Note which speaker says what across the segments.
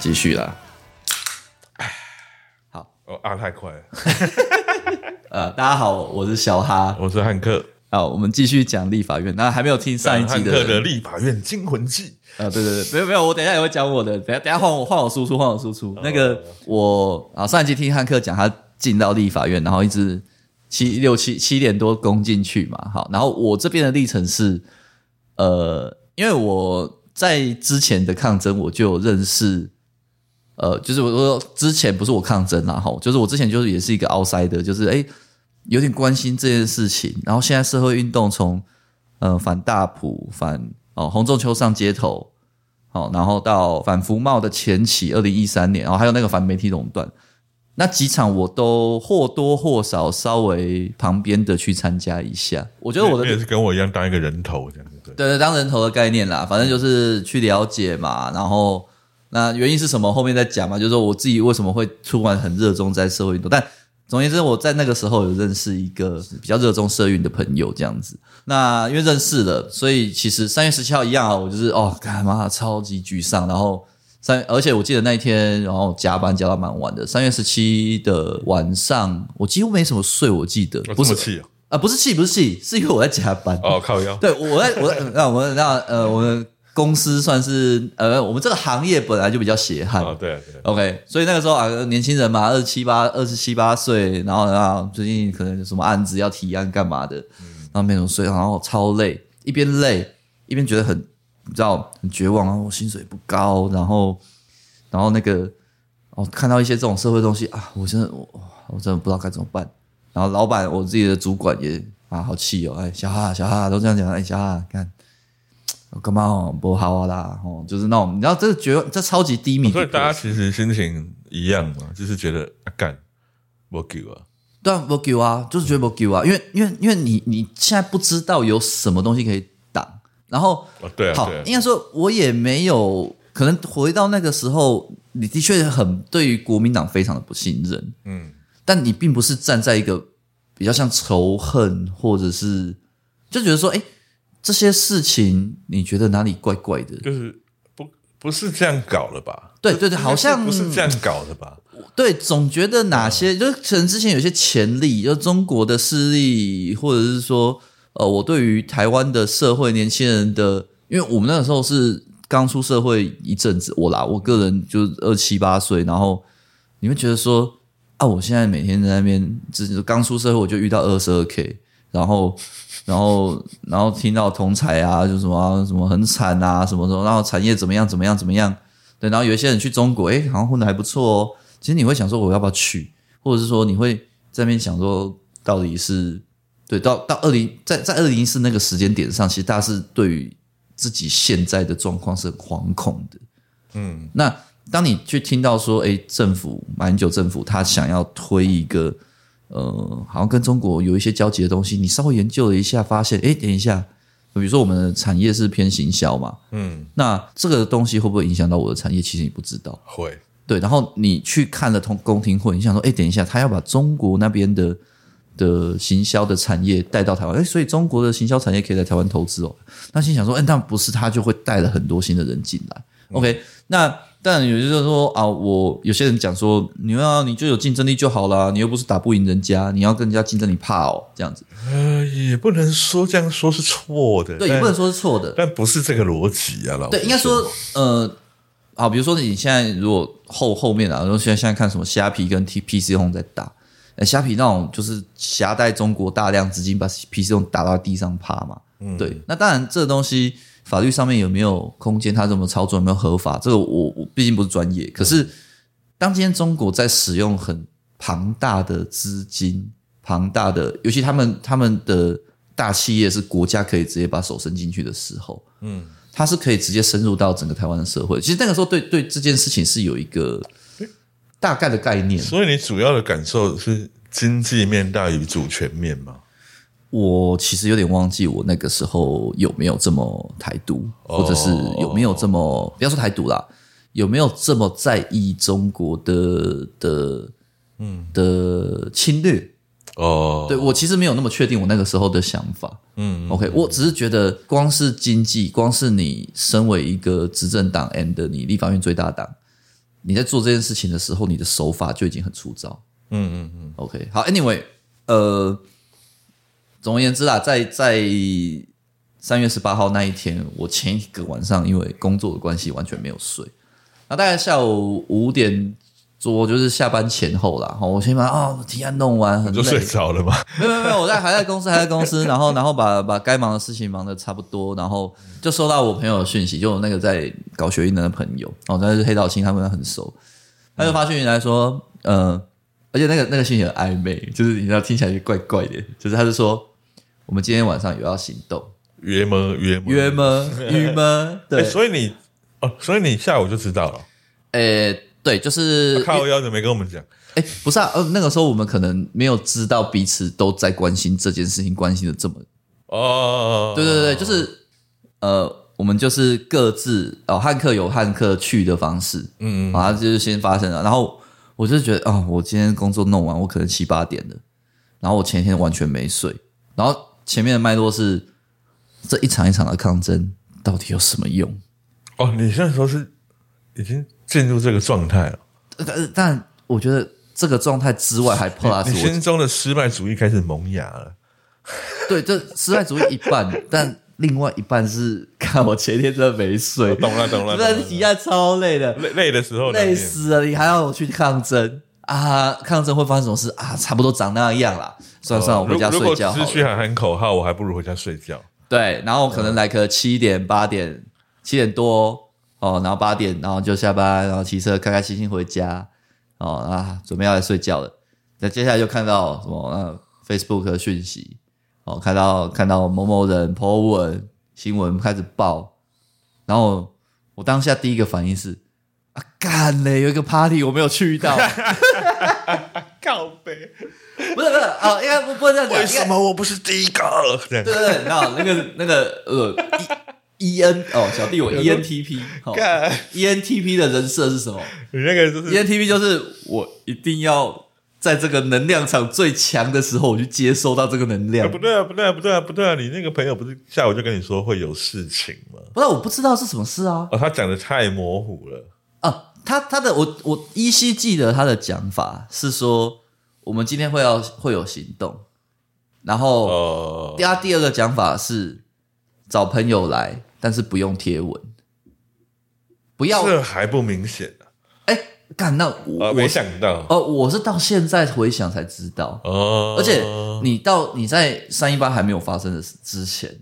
Speaker 1: 继续啦。
Speaker 2: 哦，啊，太快了！
Speaker 1: 呃，大家好，我是小哈。
Speaker 2: 我是汉克，
Speaker 1: 啊，我们继续讲立法院。那还没有听 上一集
Speaker 2: 汉
Speaker 1: 的
Speaker 2: 克
Speaker 1: 人，
Speaker 2: 的立法院惊魂记。
Speaker 1: 啊，对对对，没有没有，我等一下也会讲我的，等一下等一下换我换我输出换我输出。那个我啊，上一集听汉克讲他进到立法院，然后一直七六七七点多攻进去嘛，好，然后我这边的历程是，呃，因为我在之前的抗争我就有认识。呃，就是我说之前不是我抗争啦，哈，就是我之前就是也是一个 outsider，就是哎、诶有点关心这件事情。然后现在社会运动从呃反大埔、反哦洪仲秋上街头，好、然后到反服贸的前期，二零一三年，然哦后还有那个反媒体垄断，那几场我都或多或少稍微旁边的去参加一下。我觉得我的
Speaker 2: 你也是跟我一样当一个人头这样子，对，
Speaker 1: 对对，当人头的概念啦，反正就是去了解嘛，然后那原因是什么，后面再讲嘛。就是说我自己为什么会突然很热衷在社会运动，但总而言之，我在那个时候有认识一个比较热衷社运的朋友，这样子。那因为认识了，所以其实三月十七号一样啊，我就是哦，干嘛超级沮丧，然后。三，而且我记得那一天，然后加班加到蛮晚的。三月十七的晚上，我几乎没什么睡，我记得
Speaker 2: 我
Speaker 1: 不
Speaker 2: 这
Speaker 1: 是
Speaker 2: 么气哦
Speaker 1: 啊，不是气，不是气，是因为我在加班。
Speaker 2: 哦，靠腰，
Speaker 1: 对，我在我在那我们那呃，我们公司算是呃，我们这个行业本来就比较血汗。
Speaker 2: 哦，对啊对啊，
Speaker 1: OK，所以那个时候啊，年轻人嘛，二十七八、二十七八岁，然后啊，最近可能有什么案子要提案干嘛的，
Speaker 2: 嗯
Speaker 1: 然后没有睡，然后超累，一边累一边觉得很，你知道很绝望，然后我薪水不高，然后然后那个哦，看到一些这种社会东西啊，我真的我我真的不知道该怎么办。然后老板，我自己的主管也啊，好气哦，哎，小哈小哈都这样讲，哎，小哈看。我干嘛哦，不好啊啦，哦，就是那种，你知道这个绝望，这超级低迷的
Speaker 2: 所以
Speaker 1: 过程。
Speaker 2: 大家其实心情一样嘛，就是觉得啊干，我给啊，
Speaker 1: 对啊，不救啊，就是觉得不救啊，因为因为因为你你现在不知道有什么东西可以挡，然后
Speaker 2: 哦对啊
Speaker 1: 好
Speaker 2: 对啊，
Speaker 1: 应该说我也没有可能回到那个时候，你的确很对于国民党非常的不信任，
Speaker 2: 嗯，
Speaker 1: 但你并不是站在一个比较像仇恨或者是就觉得说，哎，这些事情你觉得哪里怪怪的？
Speaker 2: 就是不不是这样搞了吧？
Speaker 1: 对对对，好像
Speaker 2: 不是这样搞的吧？
Speaker 1: 对，总觉得哪些、就是可能之前有些潜力，就是中国的势力，或者是说，呃，我对于台湾的社会年轻人的，因为我们那个时候是刚出社会一阵子，我啦，我个人就二七八岁，然后你会觉得说，啊，我现在每天在那边，就是刚出社会我就遇到二十二 k，然后。然后，然后听到同才啊，就什么啊什么很惨啊，什么什么，然后产业怎么样怎么样怎么样，对，然后有一些人去中国，诶，好像混得还不错哦。其实你会想说，我要不要去？或者是说，你会在那边想说，到底是对到到二零在在二零一四那个时间点上，其实大家是对于自己现在的状况是很惶恐的。
Speaker 2: 嗯，
Speaker 1: 那当你去听到说，诶，政府马英九政府他想要推一个呃，好像跟中国有一些交集的东西，你稍微研究了一下，发现，诶，等一下，比如说我们的产业是偏行销嘛，
Speaker 2: 嗯，
Speaker 1: 那这个东西会不会影响到我的产业？其实你不知道。
Speaker 2: 会，
Speaker 1: 对，然后你去看了通公听会，你想说，哎，等一下，他要把中国那边的的行销的产业带到台湾，哎，所以中国的行销产业可以在台湾投资哦。那心想说，哎，那不是他就会带了很多新的人进来。OK，那但有些人说啊，我有些人讲说，你要你就有竞争力就好啦，你又不是打不赢人家，你要跟人家竞争，你怕哦，这样子。
Speaker 2: 呃，也不能说这样说是错的，
Speaker 1: 对，
Speaker 2: 但
Speaker 1: 也不能，说是错的。
Speaker 2: 但不是这个逻辑啊，老
Speaker 1: 对，
Speaker 2: 实
Speaker 1: 应该说，呃，好，比如说你现在如果后后面啊，然后现在现在看什么虾皮跟 T P C 用在打，呃，虾皮那种就是携带中国大量资金把 P C 用打到地上趴嘛，
Speaker 2: 嗯
Speaker 1: 对，那当然这东西法律上面有没有空间，它怎么操作有没有合法，这个我我毕竟不是专业，可是当今天中国在使用很庞大的资金，庞大的，尤其他们他们的大企业是国家可以直接把手伸进去的时候。
Speaker 2: 嗯，
Speaker 1: 它是可以直接深入到整个台湾的社会。其实那个时候对对这件事情是有一个大概的概念。
Speaker 2: 所以你主要的感受是经济面大于主权面嘛？
Speaker 1: 我其实有点忘记我那个时候有没有这么台独，
Speaker 2: 哦
Speaker 1: 或者是有没有这么不要说台独啦，有没有这么在意中国的的嗯的侵略？
Speaker 2: 哦，
Speaker 1: 对我其实没有那么确定我那个时候的想法。
Speaker 2: 嗯，
Speaker 1: OK，我只是觉得光是经济，光是你身为一个执政党 and 你立法院最大党，你在做这件事情的时候，你的手法就已经很粗糙。
Speaker 2: 嗯嗯嗯，
Speaker 1: OK，好，Anyway，呃，总而言之啦，在在三月十八号那一天，我前一个晚上因为工作的关系完全没有睡，那大概下午五点多，就是下班前后啦，哈，我先把啊、提案弄完，很
Speaker 2: 你就睡
Speaker 1: 累，
Speaker 2: 着了嘛？
Speaker 1: 没有没有没有，我在还在公司还在公司， 然后然后把把该忙的事情忙的差不多，然后就收到我朋友的讯息，就我那个在搞学运的朋友，哦，但是黑道青他们很熟，他就发讯息来说，呃，而且那个那个讯息很暧昧，就是你知道听起来就怪怪的，就是他就说我们今天晚上有要行动，
Speaker 2: 约吗？约吗？
Speaker 1: 约？ 吗？约吗？对
Speaker 2: 对，，哎所以你哦，所以你下午就知道了，
Speaker 1: 诶，对，就是
Speaker 2: 靠腰就没跟我们讲。
Speaker 1: 哎，不是啊，呃，那个时候我们可能没有知道彼此都在关心这件事情，关心的这么
Speaker 2: 哦，
Speaker 1: 对对对，就是呃，我们就是各自哦，汉克有汉克去的方式，
Speaker 2: 嗯，嗯
Speaker 1: 啊，就是先发生了。然后我就觉得啊、我今天工作弄完，我可能七八点了，然后我前一天完全没睡，然后前面的脉络是这一场一场的抗争到底有什么用？
Speaker 2: 哦，你那时候是已经进入这个状态了，
Speaker 1: 但呃但但我觉得这个状态之外还 plus
Speaker 2: 你
Speaker 1: 啊我
Speaker 2: 心中的失败主义开始萌 芽了。
Speaker 1: 对这失败主义一半，但另外一半是 看我前天真的没睡，
Speaker 2: 懂了，懂 了，
Speaker 1: 真的
Speaker 2: 懂
Speaker 1: 体
Speaker 2: 了
Speaker 1: 验超累的，
Speaker 2: 累累的时候，
Speaker 1: 累死了！你还要我去抗争啊？抗争会发生什么事啊？差不多长那样啦。算
Speaker 2: 难免。
Speaker 1: 了算了，我回家
Speaker 2: 如如
Speaker 1: 睡
Speaker 2: 果
Speaker 1: 觉
Speaker 2: 只
Speaker 1: 好
Speaker 2: 是去
Speaker 1: 了。
Speaker 2: 喊喊口号，我还不如回家睡觉。
Speaker 1: 对，然后可
Speaker 2: 嗯
Speaker 1: 能来个七点、八点、七点多哦，然后八点，然后就下班，然后骑车开开心心回家哦啊，准备要来睡觉了。那接下来就看到什么？呃 Facebook 的讯息哦，看到看到某某人 po 文新闻开始爆，然后我当下第一个反应是啊，干嘞，有一个 party 我没有去 到。
Speaker 2: 告白，
Speaker 1: 不是不是啊，应该不不是这样讲。
Speaker 2: 为什
Speaker 1: 应该？
Speaker 2: 么我不是第一个？这样
Speaker 1: 对对对，然后那个那个呃，E E N 哦，小弟我 E N T P 哦
Speaker 2: 干
Speaker 1: ，E N T P 的人设是什么
Speaker 2: 你那个就是
Speaker 1: ？E N T P 就是我一定要在这个能量场最强的时候，我去接收到这个能
Speaker 2: 啊
Speaker 1: 量
Speaker 2: 不。对啊，不对啊，不对啊，不对啊！你那个朋友不是下午就跟你说会有事情吗？
Speaker 1: 不是，我不知道是什么事啊
Speaker 2: 哦，他讲的太模糊了。
Speaker 1: 啊！他他的我我依稀记得他的讲法是说，我们今天会要会有行动，然后
Speaker 2: 哦
Speaker 1: 第，二第二个讲法是找朋友来，但是不用贴文，不要
Speaker 2: 这还不明显啊
Speaker 1: 哎干那我、
Speaker 2: 啊！
Speaker 1: 我
Speaker 2: 没
Speaker 1: 是
Speaker 2: 想到
Speaker 1: 哦，我是到现在回想才知道，
Speaker 2: 哦，
Speaker 1: 而且你到你在三一八还没有发生的之前，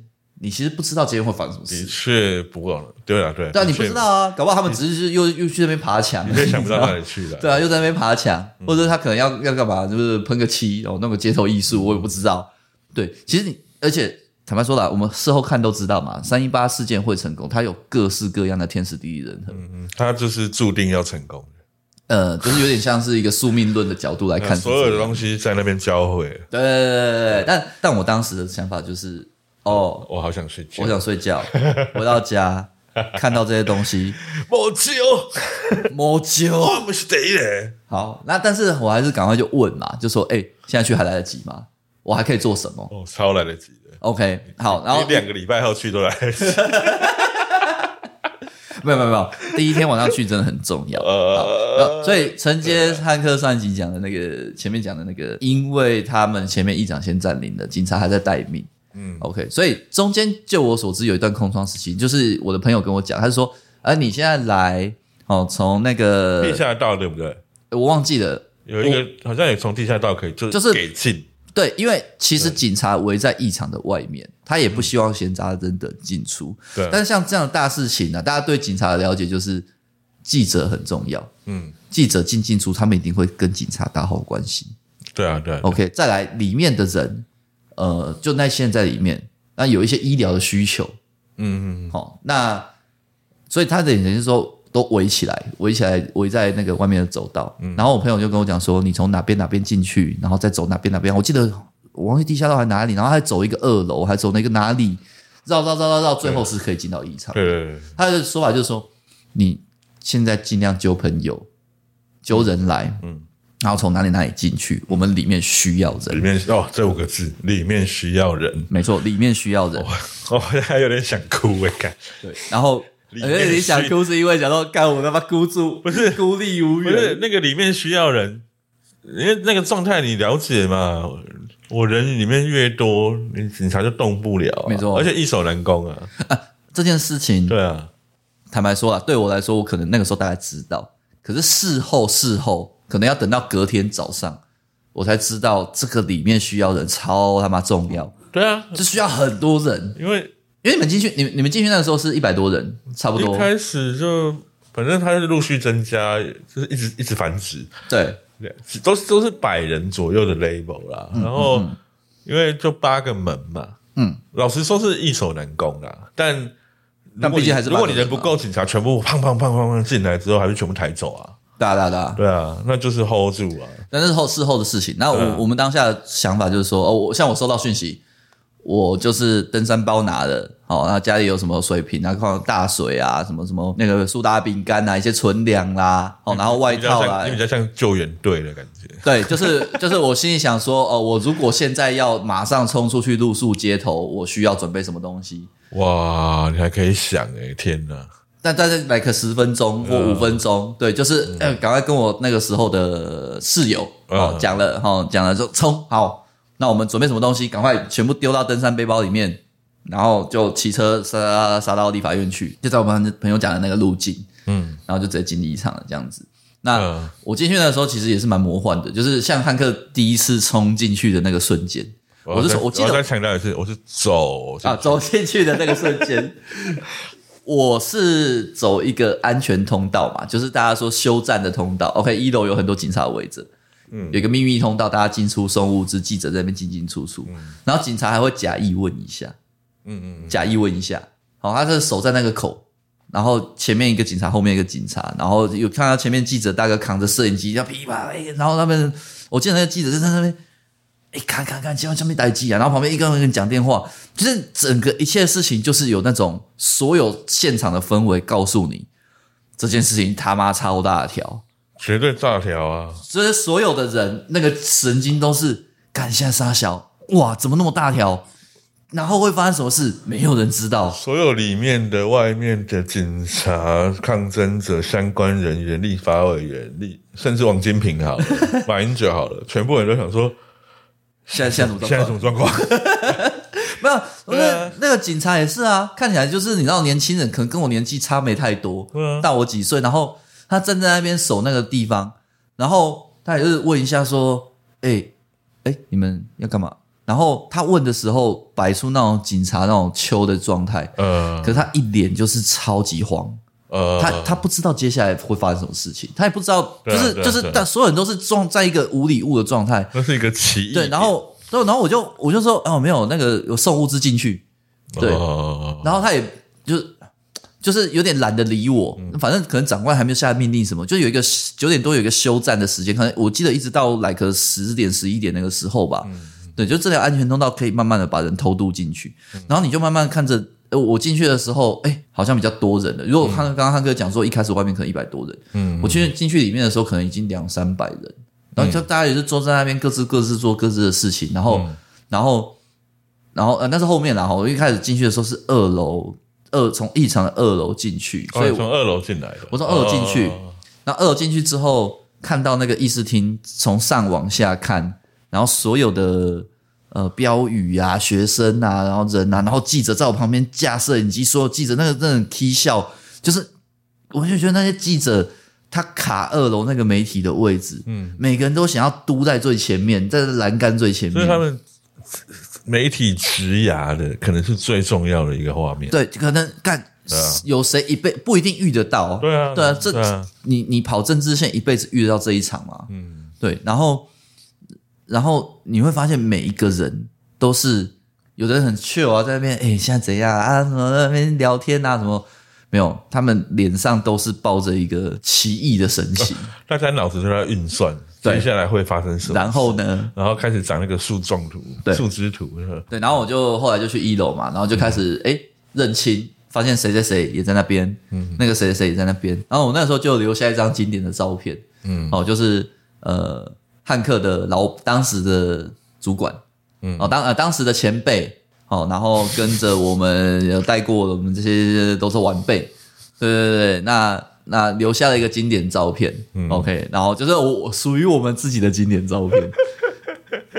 Speaker 1: 你其实不知道今天会发生什么
Speaker 2: 的
Speaker 1: 事，
Speaker 2: 确不够了。对啊，对啊，
Speaker 1: 对啊，
Speaker 2: 的
Speaker 1: 你
Speaker 2: 确嗯
Speaker 1: 不知道，啊，搞不好他们只是又又去那边爬墙，
Speaker 2: 你也想不到嗯
Speaker 1: 你知道
Speaker 2: 哪里去 了。
Speaker 1: 对啊，又在那边爬墙，或者他可能要要干嘛，就是喷个漆哦，弄个街头艺术，我也不知道。对，其实你而且坦白说啦，我们事后看都知道嘛，三一八事件会成功，它有各式各样的天时地利人和，
Speaker 2: 嗯，他就是注定要成功的
Speaker 1: 呃，就是有点像是一个宿命论的角度来看
Speaker 2: 那
Speaker 1: 是
Speaker 2: 所有
Speaker 1: 这
Speaker 2: 的
Speaker 1: 样
Speaker 2: 东西在那边交汇。
Speaker 1: 对对对对对，但但我当时的想法就是，哦，
Speaker 2: 我好想睡觉，
Speaker 1: 我想睡 觉，回到家看到这些东西，
Speaker 2: 我酒，
Speaker 1: 摸酒。
Speaker 2: 我不是第一人。
Speaker 1: 好，那但是我还是赶快就问嘛，就说，哎、现在去还来得及吗？我还可以做什么
Speaker 2: 哦，超来得及的。
Speaker 1: ？OK，好，然后
Speaker 2: 你两个礼拜后去都来 得及。
Speaker 1: 没有没有没有，第一天晚上去真的很重要。呃，
Speaker 2: 呃，
Speaker 1: 所以承接汉克上一集讲的那个，前面讲的那个，因为他们前面议长先占领了，警察还在待命。嗯
Speaker 2: 嗯
Speaker 1: ，OK，所以中间就我所知有一段空窗时期，就是我的朋友跟我讲，他说：“啊，你现在来哦，从那个
Speaker 2: 地下道对不对？
Speaker 1: 我忘记了，
Speaker 2: 有一个好像也从地下道可以，就
Speaker 1: 就是
Speaker 2: 给进。
Speaker 1: 对，因为其实警察围在异常的外面，他也不希望闲杂人等进出。
Speaker 2: 嗯对
Speaker 1: 但是像这样的大事情呢、大家对警察的了解就是记者很重要，
Speaker 2: 嗯，
Speaker 1: 记者进进出，他们一定会跟警察打好关系。
Speaker 2: 对啊，对啊，
Speaker 1: OK，再来里面的人，呃，就那些人在里面，那有一些医疗的需求，
Speaker 2: 嗯嗯，嗯
Speaker 1: 好、哦，那所以他的眼睛是说都围起来，围起来，围在那个外面的走道。然后我朋友就跟我讲说，你从哪边哪边进去，然后再走哪边哪边。我记得我忘记地下道还哪里，然后还走一个二楼，还走那个哪里，绕绕绕绕绕，最后是可以进到异常。
Speaker 2: 对对对，
Speaker 1: 他的说法就是说，你现在尽量揪朋友，揪人来，嗯
Speaker 2: 嗯，
Speaker 1: 然后从哪里哪里进去，我们里面需要
Speaker 2: 对里
Speaker 1: 人，
Speaker 2: 面哦，这五个字里面需要人， 哦
Speaker 1: 没错，里面需要人，
Speaker 2: 我还有点想哭哎，感
Speaker 1: 对，然后
Speaker 2: 里
Speaker 1: 而且
Speaker 2: 面
Speaker 1: 你想
Speaker 2: 需
Speaker 1: 哭是因为想到干我他妈孤注不是孤立无
Speaker 2: 不是
Speaker 1: 援，
Speaker 2: 那个里面需要人，因为那个状态你了解嘛。我人里面越多，你警察就动不了啊、
Speaker 1: 没错嗯
Speaker 2: 而且易守难攻啊。
Speaker 1: 这件事情
Speaker 2: 对啊，
Speaker 1: 坦白说啦，对我来说，我可能那个时候大概知道，可是事后事后，可能要等到隔天早上，我才知道这个里面需要人超他妈重要，
Speaker 2: 对啊，
Speaker 1: 就需要很多人。
Speaker 2: 因为
Speaker 1: 因为你们进去，你们你们进去那个时候是一百多人，差不多
Speaker 2: 一。开始就反正它是陆续增加，就是一直一直繁殖，
Speaker 1: 对，
Speaker 2: 对都是都是百人左右的 label 啦。然后、因为就八个门嘛，
Speaker 1: 嗯，
Speaker 2: 老实说是易守难攻啦，但
Speaker 1: 但
Speaker 2: 如果
Speaker 1: 毕竟
Speaker 2: 你
Speaker 1: 还是
Speaker 2: 如果
Speaker 1: 八个
Speaker 2: 你人
Speaker 1: 人
Speaker 2: 不
Speaker 1: 嘛
Speaker 2: 够，警察全部砰砰砰砰砰进来之后，还是全部抬走啊。
Speaker 1: 大大大，
Speaker 2: 对啊，那就是 hold 住啊。
Speaker 1: 但是后事后的事情。那我、
Speaker 2: 对啊
Speaker 1: 我们当下的想法就是说，哦，我像我收到讯息，我就是登山包拿的，哦，那家里有什么水瓶啊，矿大水啊，什么什么那个苏打饼干啊，一些存粮啦，哦，然后外
Speaker 2: 比较
Speaker 1: 套
Speaker 2: 像，
Speaker 1: 啦
Speaker 2: 你，比较像救援队的感觉。
Speaker 1: 对，就是就是我心里想说，哦，我如果现在要马上冲出去露宿街头，我需要准备什么东西？
Speaker 2: 哇，你还可以想哎、天哪！
Speaker 1: 但但是来个十分钟
Speaker 2: 嗯
Speaker 1: 或五分钟，对，就是呃赶、快跟我那个时候的室友哦
Speaker 2: 嗯
Speaker 1: 讲、了，哦讲了说冲好，那我们准备什么东西，赶快全部丢到登山背包里面，然后就骑车杀杀杀到立法院去，就在我们朋友讲的那个路径，
Speaker 2: 嗯，
Speaker 1: 然后就直接经历一场了这样子。那、
Speaker 2: 嗯
Speaker 1: 我进去的时候其实也是蛮魔幻的，就是像汉克第一次冲进去的那个瞬间，我是
Speaker 2: 要再
Speaker 1: 从我记得
Speaker 2: 要再强调一次，我是走
Speaker 1: 啊，走进去的那个瞬间，我是走一个安全通道嘛，就是大家说休战的通道。OK，一楼有很多警察围着，嗯，有一个秘密通道，大家进出送物资，记者在那边进进出出，然后警察还会假意问一下，
Speaker 2: 嗯嗯
Speaker 1: 假意问一下，好，他是守在那个口。然后前面一个警察，后面一个警察，然后有看到前面记者大哥扛着摄影机，要噼啪，哎，然后他们，我记得那个记者就在那边哎，看看看，千万千万别待机啊！然后旁边一个人跟你讲电话，就是整个一切事情就是有那种所有现场的氛围告诉你这件事情他妈超大条，
Speaker 2: 绝对炸条啊！
Speaker 1: 就是所有的人那个神经都是干现在杀小哇，怎么那么大条？然后会发生什么事，没有人知道。
Speaker 2: 所有里面的、外面的警察、抗争者、相关人员、立法委员、立甚至王金平好了，马英九好了，全部人都想说
Speaker 1: 现在现在怎么
Speaker 2: 现在什
Speaker 1: 状况？
Speaker 2: 么状况？
Speaker 1: 没有，那
Speaker 2: 对啊
Speaker 1: 那个警察也是啊，看起来就是你知道，年轻人可能跟我年纪差没太多，
Speaker 2: 对啊
Speaker 1: 大我几岁，然后他站在那边守那个地方，然后他也是问一下说：“哎、哎、你们要干嘛？”然后他问的时候，摆出那种警察那种秋的状态，
Speaker 2: 呃
Speaker 1: 可是他一脸就是超级慌，
Speaker 2: 呃，
Speaker 1: 他他不知道接下来会发生什么事情，他也不知道，就
Speaker 2: 对啊
Speaker 1: 是
Speaker 2: 对啊
Speaker 1: 就是
Speaker 2: 对啊，
Speaker 1: 但所有人都是状在一个无礼物的状态，
Speaker 2: 那是一个奇异
Speaker 1: 对，然后对，然后我就我就说：“哦，没有，那个有送物资进去。”对
Speaker 2: 哦
Speaker 1: 然后他也就就是有点懒得理我，
Speaker 2: 嗯
Speaker 1: 反正可能长官还没有下命令什么，就有一个九点多有一个休战的时间，可能我记得一直到来个十点十一点那个时候吧。
Speaker 2: 嗯
Speaker 1: 对，就这条安全通道可以慢慢的把人偷渡进去，
Speaker 2: 嗯
Speaker 1: 然后你就慢慢看着。呃我进去的时候，哎、好像比较多人了。如果看刚刚汉哥讲说，一开始外面可能一百多人，
Speaker 2: 嗯
Speaker 1: 我去进去里面的时候，可能已经两三百人，然后就大家也是坐在那边各自各自做各自的事情，然后、
Speaker 2: 嗯
Speaker 1: 然后然后呃，那是后面啦哈。我一开始进去的时候是二楼，二从异常的二楼进去，所以
Speaker 2: 哦你从二楼进来的，
Speaker 1: 我从二楼进去
Speaker 2: 哦
Speaker 1: 那、后二楼进去之后，看到那个议事厅从上往下看，然后所有的呃标语啊、学生啊，然后人啊，然后记者在我旁边架摄影机，所有记者那个那种 K 笑，就是我就觉得那些记者。他卡二楼那个媒体的位置，嗯，每个人都想要嘟在最前面，在栏杆最前面，
Speaker 2: 所以他们媒体职涯的可能是最重要的一个画面。
Speaker 1: 对，可能干、
Speaker 2: 对啊
Speaker 1: 有谁一辈不一定遇得到，
Speaker 2: 对啊，
Speaker 1: 对啊，这、
Speaker 2: 对啊
Speaker 1: 你你跑政治线一辈子遇得到这一场嘛？
Speaker 2: 嗯，
Speaker 1: 对，然后然后你会发现每一个人都是有的人很 chill 啊，在那边哎、诶现在怎样啊啊什么在那边聊天啊什么。没有，他们脸上都是抱着一个奇异的神 情。
Speaker 2: 大家脑子都在运算
Speaker 1: 对
Speaker 2: 接下来会发生什么，
Speaker 1: 然后呢，
Speaker 2: 然后开始长那个树状图
Speaker 1: 对、
Speaker 2: 树枝图。
Speaker 1: 对，然后我就后来就去一楼嘛，然后就开始哎、诶认清，发现谁谁谁也在那边，嗯，那个谁谁谁也在那边。然后我那时候就留下一张经典的照片，嗯，哦，就是呃汉克的老当时的主管，嗯，哦当呃当时的前辈，哦，然后跟着我们有带过我们这些都是晚辈。对对对，那那留下了一个经典照片、o k 然后就是我属于我们自己的经典照片。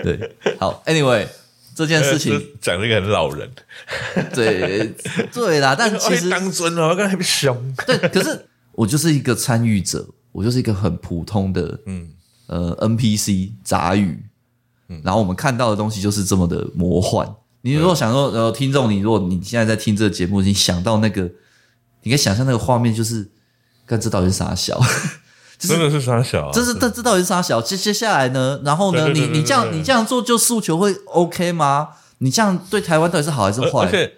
Speaker 1: 对，好，Anyway，这件事情，
Speaker 2: 呃讲这个很老人，
Speaker 1: 呃对对啦，但 其实
Speaker 2: 哎当真
Speaker 1: 哦
Speaker 2: 了，刚才被凶，
Speaker 1: 对，可是我就是一个参与者，我就是一个很普通的，嗯呃 NPC 杂鱼，
Speaker 2: 嗯
Speaker 1: 然后我们看到的东西就是这么的魔幻。你如果想说，呃，听众，你如果你现在在听这个节目，你想到那个，你可以想象那个画面，就是，看这到底是啥小？
Speaker 2: 哦真的是傻小啊，
Speaker 1: 这是这这到底是啥小？接接下来呢？然后呢？
Speaker 2: 对对
Speaker 1: 你
Speaker 2: 对对
Speaker 1: 你这样
Speaker 2: 对对
Speaker 1: 你这样做就诉求会 OK 吗？你这样对台湾到底是好还是
Speaker 2: 而
Speaker 1: 坏
Speaker 2: 呃而？且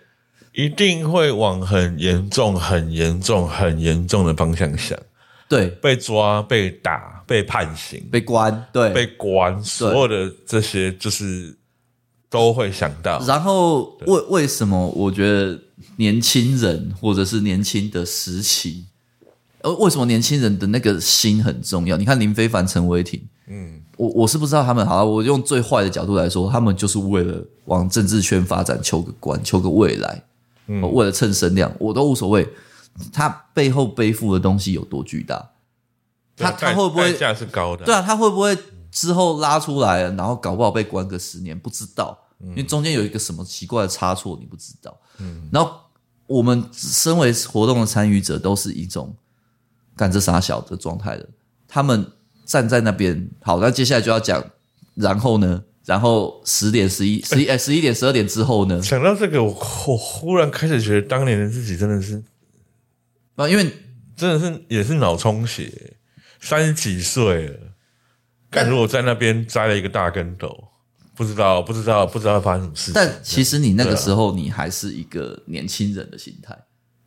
Speaker 2: 一定会往很严重、很严重、很严重的方向想，
Speaker 1: 对，
Speaker 2: 被抓、被打、被判刑、
Speaker 1: 被关，对，
Speaker 2: 被关，所有的这些就是都会想到。
Speaker 1: 然后为为什么我觉得年轻人或者是年轻的时期，呃，为什么年轻人的那个心很重要？你看林非凡、陈伟霆，嗯，我我是不知道他们好，我用最坏的角度来说，他们就是为了往政治圈发展，求个官，求个未来，嗯、为了蹭声量，我都无所谓。他背后背负的东西有多巨大？他他
Speaker 2: 代
Speaker 1: 会不会
Speaker 2: 代价是高的？
Speaker 1: 对啊，他会不会之后拉出来了，然后搞不好被关个十年，不知道，因为中间有一个什么奇怪的差错，你不知道。嗯，然后我们身为活动的参与者，都是一种干这傻小的状态的。他们站在那边，好，那接下来就要讲，然后呢？然后十点、十一、 十一、哎，十一点、十二点之后 呢？
Speaker 2: 想到这个，我我忽然开始觉得当年的自己真的是，
Speaker 1: 啊，因为
Speaker 2: 真的是也是脑充血，三十几岁了，但如果在那边栽了一个大跟斗，不知道不知道不知道发生什么事情。
Speaker 1: 但其实你那个时候，你还是一个年轻人的心态。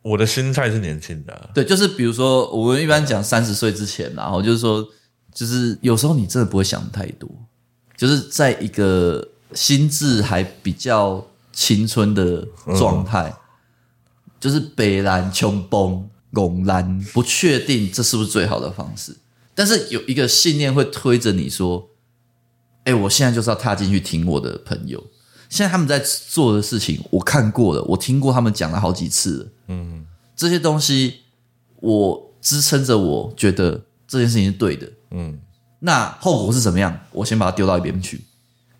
Speaker 2: 我的心态是年轻的啊、
Speaker 1: 对，就是比如说，我们一般讲三十岁之前啦，然后就是说，就是有时候你真的不会想太多，就是在一个心智还比较青春的状态，就是北蓝穷崩拱蓝，不确定这是不是最好的方式，但是有一个信念会推着你说，哎、我现在就是要踏进去听我的朋友。现在他们在做的事情，我看过了，我听过他们讲了好几次了。这些东西，我支撑着我觉得这件事情是对的。
Speaker 2: 嗯，
Speaker 1: 那后果是怎么样？我先把它丢到一边去，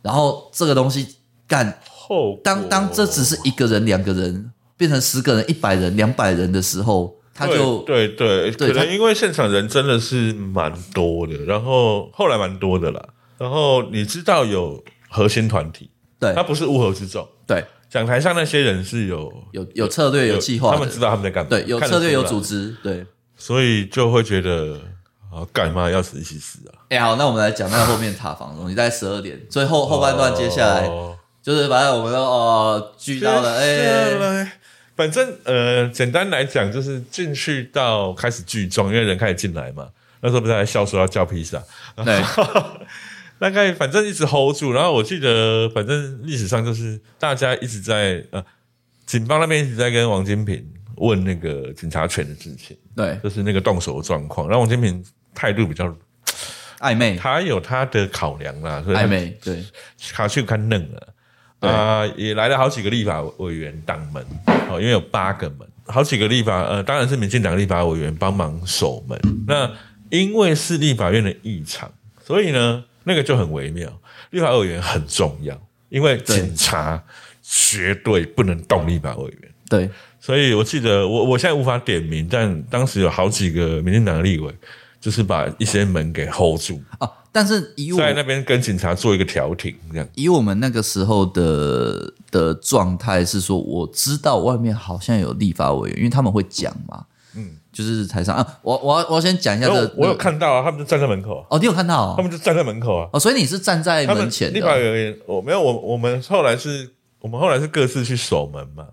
Speaker 1: 然后这个东西干，
Speaker 2: 后果
Speaker 1: 当当这只是一个人、两个人变成十个人、一百人、两百人的时候，他就
Speaker 2: 对对
Speaker 1: 对
Speaker 2: 对，可
Speaker 1: 他
Speaker 2: 能因为现场人真的是蛮多的，然后后来蛮多的啦，然后你知道有核心团体，
Speaker 1: 对
Speaker 2: 他不是乌合之众，
Speaker 1: 对
Speaker 2: 讲台上那些人是有
Speaker 1: 有有策略、有计划
Speaker 2: 他们知
Speaker 1: 的，
Speaker 2: 道他们在干嘛，
Speaker 1: 对，有
Speaker 2: 看得
Speaker 1: 策略、
Speaker 2: 出来
Speaker 1: 有组，织，对。
Speaker 2: 所以就会觉得啊，干嘛要死一起死啊？
Speaker 1: 哎、好，那我们来讲那个后面塔防的东西，大概十二点，最后后半段接下来、
Speaker 2: 哦
Speaker 1: 就是反正我们都哦聚到了，哎、
Speaker 2: 接下来反正呃，简单来讲就是进去到开始聚众，因为人开始进来嘛。那时候不是还笑说要叫披萨，
Speaker 1: 对，
Speaker 2: 大概反正一直 hold 住。然后我记得，反正历史上就是大家一直在呃，警方那边一直在跟王金平问那个警察权的事情，
Speaker 1: 对，
Speaker 2: 就是那个动手的状况。然后王金平态度比较，
Speaker 1: 暧昧，
Speaker 2: 他有他的考量啦，所以他
Speaker 1: 暧昧，对，
Speaker 2: 卡去看嫩了。
Speaker 1: 对
Speaker 2: 啊、也来了好几个立法委员挡门，哦，因为有八个门，好几个立法，呃，当然是民进党立法委员帮忙守门。那因为是立法院的异常，所以呢，那个就很微妙。立法委员很重要，因为
Speaker 1: 对
Speaker 2: 警察绝对不能动立法委员。
Speaker 1: 对，
Speaker 2: 所以我记得我我现在无法点名，但当时有好几个民进党的立委，就是把一些门给 hold 住，
Speaker 1: 啊，但是以我
Speaker 2: 在那边跟警察做一个调停，这样。
Speaker 1: 以我们那个时候的的状态是说，我知道外面好像有立法委员，因为他们会讲嘛，嗯，就是台上啊，我我要我要先讲一下
Speaker 2: 然
Speaker 1: 这
Speaker 2: 后
Speaker 1: 个
Speaker 2: 我有看到啊，他们就站在门口啊，
Speaker 1: 哦，你有看到
Speaker 2: 他
Speaker 1: 哦，
Speaker 2: 们就站在门口啊，
Speaker 1: 哦，所以你是站在
Speaker 2: 他们
Speaker 1: 门前
Speaker 2: 立法
Speaker 1: 的，
Speaker 2: 委员，我没有，我我们后来是，我们后来是各自去守门嘛，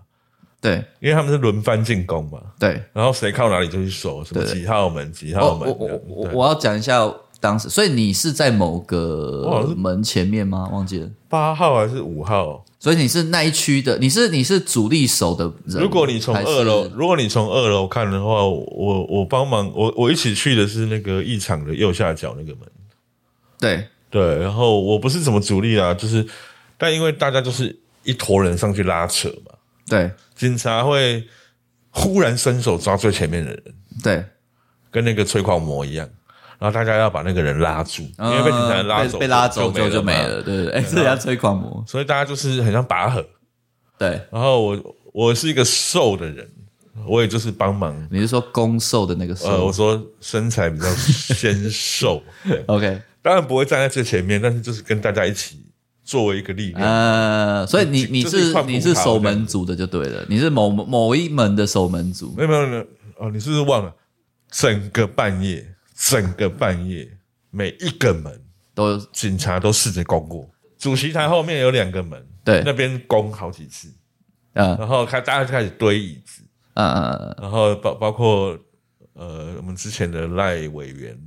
Speaker 1: 对
Speaker 2: 因为他们是轮番进攻嘛，
Speaker 1: 对，
Speaker 2: 然后谁靠哪里就去守，什么
Speaker 1: 对
Speaker 2: 几号门、几
Speaker 1: 哦
Speaker 2: 号
Speaker 1: 我
Speaker 2: 门这
Speaker 1: 我
Speaker 2: 样，
Speaker 1: 我
Speaker 2: 对
Speaker 1: 我要讲一下当时，所以你是在某
Speaker 2: 我好像
Speaker 1: 个
Speaker 2: 哦是
Speaker 1: 门前面吗？忘记了。
Speaker 2: 八号还是五号？
Speaker 1: 所以你是那一区的，你是你是主力手的人。
Speaker 2: 如果你从
Speaker 1: 还是
Speaker 2: 二楼，如果你从二楼看的话，我我我帮忙，我我一起去的是那个异场的右下角那个门，
Speaker 1: 对
Speaker 2: 对，然后我不是什么主力啊，就是，但因为大家就是一坨人上去拉扯嘛。
Speaker 1: 对
Speaker 2: 警察会忽然伸手抓最前面的人，
Speaker 1: 对，
Speaker 2: 跟那个催狂魔一样，然后大家要把那个人拉住，因
Speaker 1: 嗯
Speaker 2: 为被警察拉
Speaker 1: 被
Speaker 2: 走，
Speaker 1: 被拉走
Speaker 2: 就
Speaker 1: 之后就没
Speaker 2: 嘛。啊
Speaker 1: 了，对不对？哎，这也要吹狂魔，
Speaker 2: 所以大家就是很像拔河。
Speaker 1: 对，
Speaker 2: 然后我我是一个瘦的人，我也就是帮忙。
Speaker 1: 你是说攻受的那个
Speaker 2: 呃，
Speaker 1: 受
Speaker 2: 我说身材比较 纤瘦，对
Speaker 1: ？OK，
Speaker 2: 当然不会站在最前面，但是就是跟大家一起作为一个力量。
Speaker 1: 呃，所以你你
Speaker 2: 就是一
Speaker 1: 是
Speaker 2: 块
Speaker 1: 你
Speaker 2: 葡
Speaker 1: 是
Speaker 2: 萄
Speaker 1: 守门组的就对了，你是某某一门的守门组
Speaker 2: 没有没有没有哦，你是不是忘了？整个半夜，整个半夜，每一个门
Speaker 1: 都
Speaker 2: 警察都试着攻过。主席台后面有两个门，
Speaker 1: 对
Speaker 2: 那边攻好几次，
Speaker 1: 嗯
Speaker 2: 然后开大家就开始堆椅子，
Speaker 1: 嗯嗯
Speaker 2: 然后包包括呃我们之前的赖委员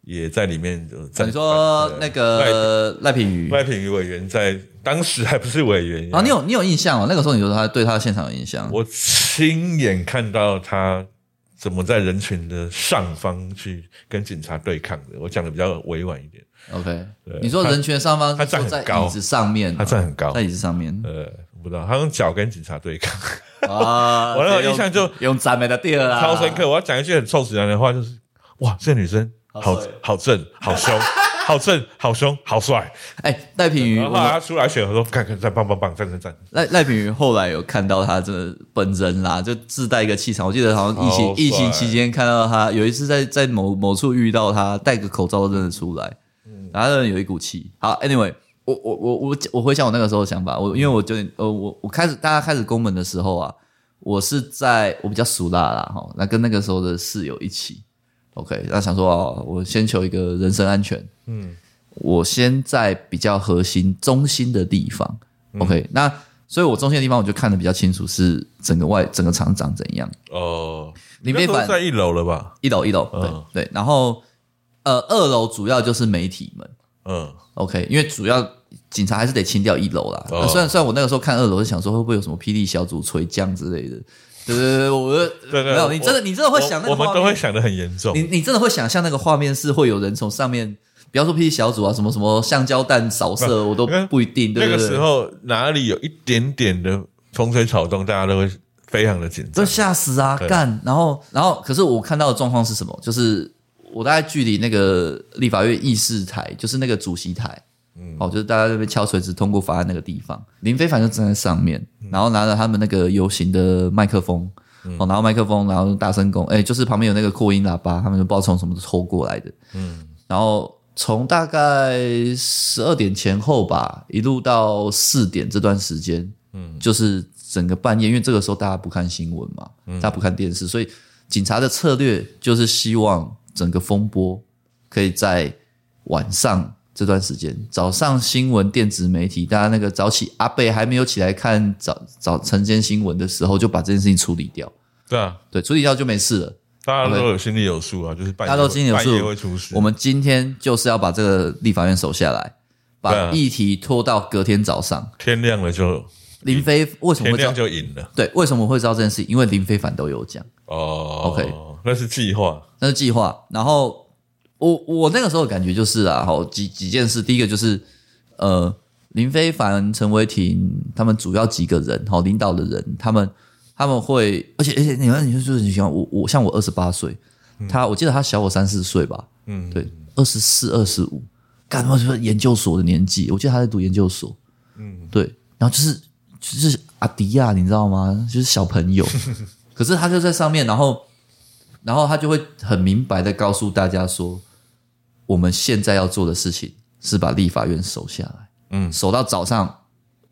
Speaker 2: 也在里面。呃
Speaker 1: 嗯，
Speaker 2: 站
Speaker 1: 你说
Speaker 2: 对
Speaker 1: 那个赖品瑜
Speaker 2: 赖赖品妤委员在当时还不是委员
Speaker 1: 啊，你有你有印象哦？那个时候你说他对他的现场有印象，
Speaker 2: 我亲眼看到他怎么在人群的上方去跟警察对抗的。我讲的比较委婉一点，
Speaker 1: OK，
Speaker 2: 对
Speaker 1: 你说人权上方
Speaker 2: 他站
Speaker 1: 坐
Speaker 2: 很
Speaker 1: 在
Speaker 2: 高
Speaker 1: 椅子上面嘛，
Speaker 2: 他站很高
Speaker 1: 在椅子上 面
Speaker 2: 呃，我不知道他用脚跟警察对抗，
Speaker 1: 啊。
Speaker 2: 我那
Speaker 1: 直
Speaker 2: 个
Speaker 1: 接用
Speaker 2: 印象就
Speaker 1: 用赞美的第二啦，
Speaker 2: 超深刻。我要讲一句很臭直男的话，就是哇，这女生好
Speaker 1: 好帅
Speaker 2: 好正，好凶，好正，好凶，好帅。
Speaker 1: 哎，赖品瑜，
Speaker 2: 然
Speaker 1: 我
Speaker 2: 后后来
Speaker 1: 们
Speaker 2: 他出来选，我说看看，站棒棒棒，站站站，
Speaker 1: 赖赖品瑜后来有看到他真的本人啦，就自带一个气场。我记得好像疫
Speaker 2: 超
Speaker 1: 情
Speaker 2: 帅
Speaker 1: 疫情期间看到他，有一次在在某某处遇到他，戴个口罩都认得出来，然后他真的有一股气。好，anyway。我我我我我回想我那个时候的想法，我因为我九点呃我我开始大家开始攻门的时候啊，我是在我比较熟辣啦哈，那跟那个时候的室友一起，OK，那想说哦，我先求一个人身安全，我先在比较核心中心的地方、o
Speaker 2: 嗯
Speaker 1: k 那所以我中心的地方我就看得比较清楚，是整个外整个场长怎样，
Speaker 2: 哦，
Speaker 1: 你
Speaker 2: 那
Speaker 1: 被
Speaker 2: 时候
Speaker 1: 反
Speaker 2: 在一楼了吧？
Speaker 1: 一楼一楼，对、
Speaker 2: 嗯
Speaker 1: 对，然后呃二楼主要就是媒体们
Speaker 2: 嗯，
Speaker 1: ，OK，因为主要警察还是得清掉一楼啦。
Speaker 2: 哦
Speaker 1: 那虽然虽然我那个时候看二楼是想说会不会有什么霹雳小组垂降之类的，对对对，我就
Speaker 2: 对对，
Speaker 1: 没有，
Speaker 2: 我
Speaker 1: 你真的你真的会想那
Speaker 2: 我
Speaker 1: 个
Speaker 2: 我们
Speaker 1: 画
Speaker 2: 都
Speaker 1: 面
Speaker 2: 会想的很严重
Speaker 1: 你。你真的会想象那个画面是会有人从上面，不要说霹雳小组啊，什么什么橡胶弹扫射，我都不一定，对
Speaker 2: 那
Speaker 1: 不
Speaker 2: 个
Speaker 1: 对？
Speaker 2: 时候哪里有一点点的风吹草动，大家都会非常的紧
Speaker 1: 都
Speaker 2: 张。
Speaker 1: 吓死啊！
Speaker 2: 对
Speaker 1: 干，然后然后，可是我看到的状况是什么？就是我大概距离那个立法院议事台，就是那个主席台，嗯，哦，就是大家在那边敲锤子通过法案那个地方，林非凡就站在上面，然后拿着他们那个游行的麦克风。哦，然后麦克风，然后大声公，哎，就是旁边有那个扩音喇叭，他们就不知道从什么抽过来的，嗯，然后从大概十二点前后吧，一路到四点这段时间，就是整个半夜，因为这个时候大家不看新闻嘛，
Speaker 2: 嗯
Speaker 1: 大家不看电视，所以警察的策略就是希望整个风波可以在晚上这段时间，早上新闻、电子媒体，大家那个早起阿贝还没有起来看早早晨间新闻的时候，就把这件事情处理掉。
Speaker 2: 对啊，
Speaker 1: 对，处理掉就没事了。
Speaker 2: 大家都有心里有数啊，就是半夜
Speaker 1: 大家都心里有数
Speaker 2: 半夜会出事。
Speaker 1: 我们今天就是要把这个立法院守下来，
Speaker 2: 对
Speaker 1: 把
Speaker 2: 啊
Speaker 1: 议题拖到隔天早上。
Speaker 2: 天亮了就
Speaker 1: 林飞为什么会
Speaker 2: 天
Speaker 1: 知道
Speaker 2: 亮？就赢了
Speaker 1: 对，为什么会知道这件事？因为林非凡都有讲。
Speaker 2: 哦。
Speaker 1: OK
Speaker 2: 那是计划。
Speaker 1: 那是计划。然后我我那个时候的感觉就是啊，好几几件事，第一个就是呃，林非凡、陈伟霆他们主要几个人，好领导的人，他们他们会，而且而且你看，你就是你喜欢我我像我二十八岁，他我记得他小我三四岁吧，
Speaker 2: 嗯，
Speaker 1: 对，二十四、二十五，干嘛就是研究所的年纪，我记得他在读研究所，嗯，对，然后就是就是阿迪亚，你知道吗？就是小朋友，可是他就在上面，然后然后他就会很明白的告诉大家说，我们现在要做的事情是把立法院守下来，
Speaker 2: 嗯
Speaker 1: 守到早上，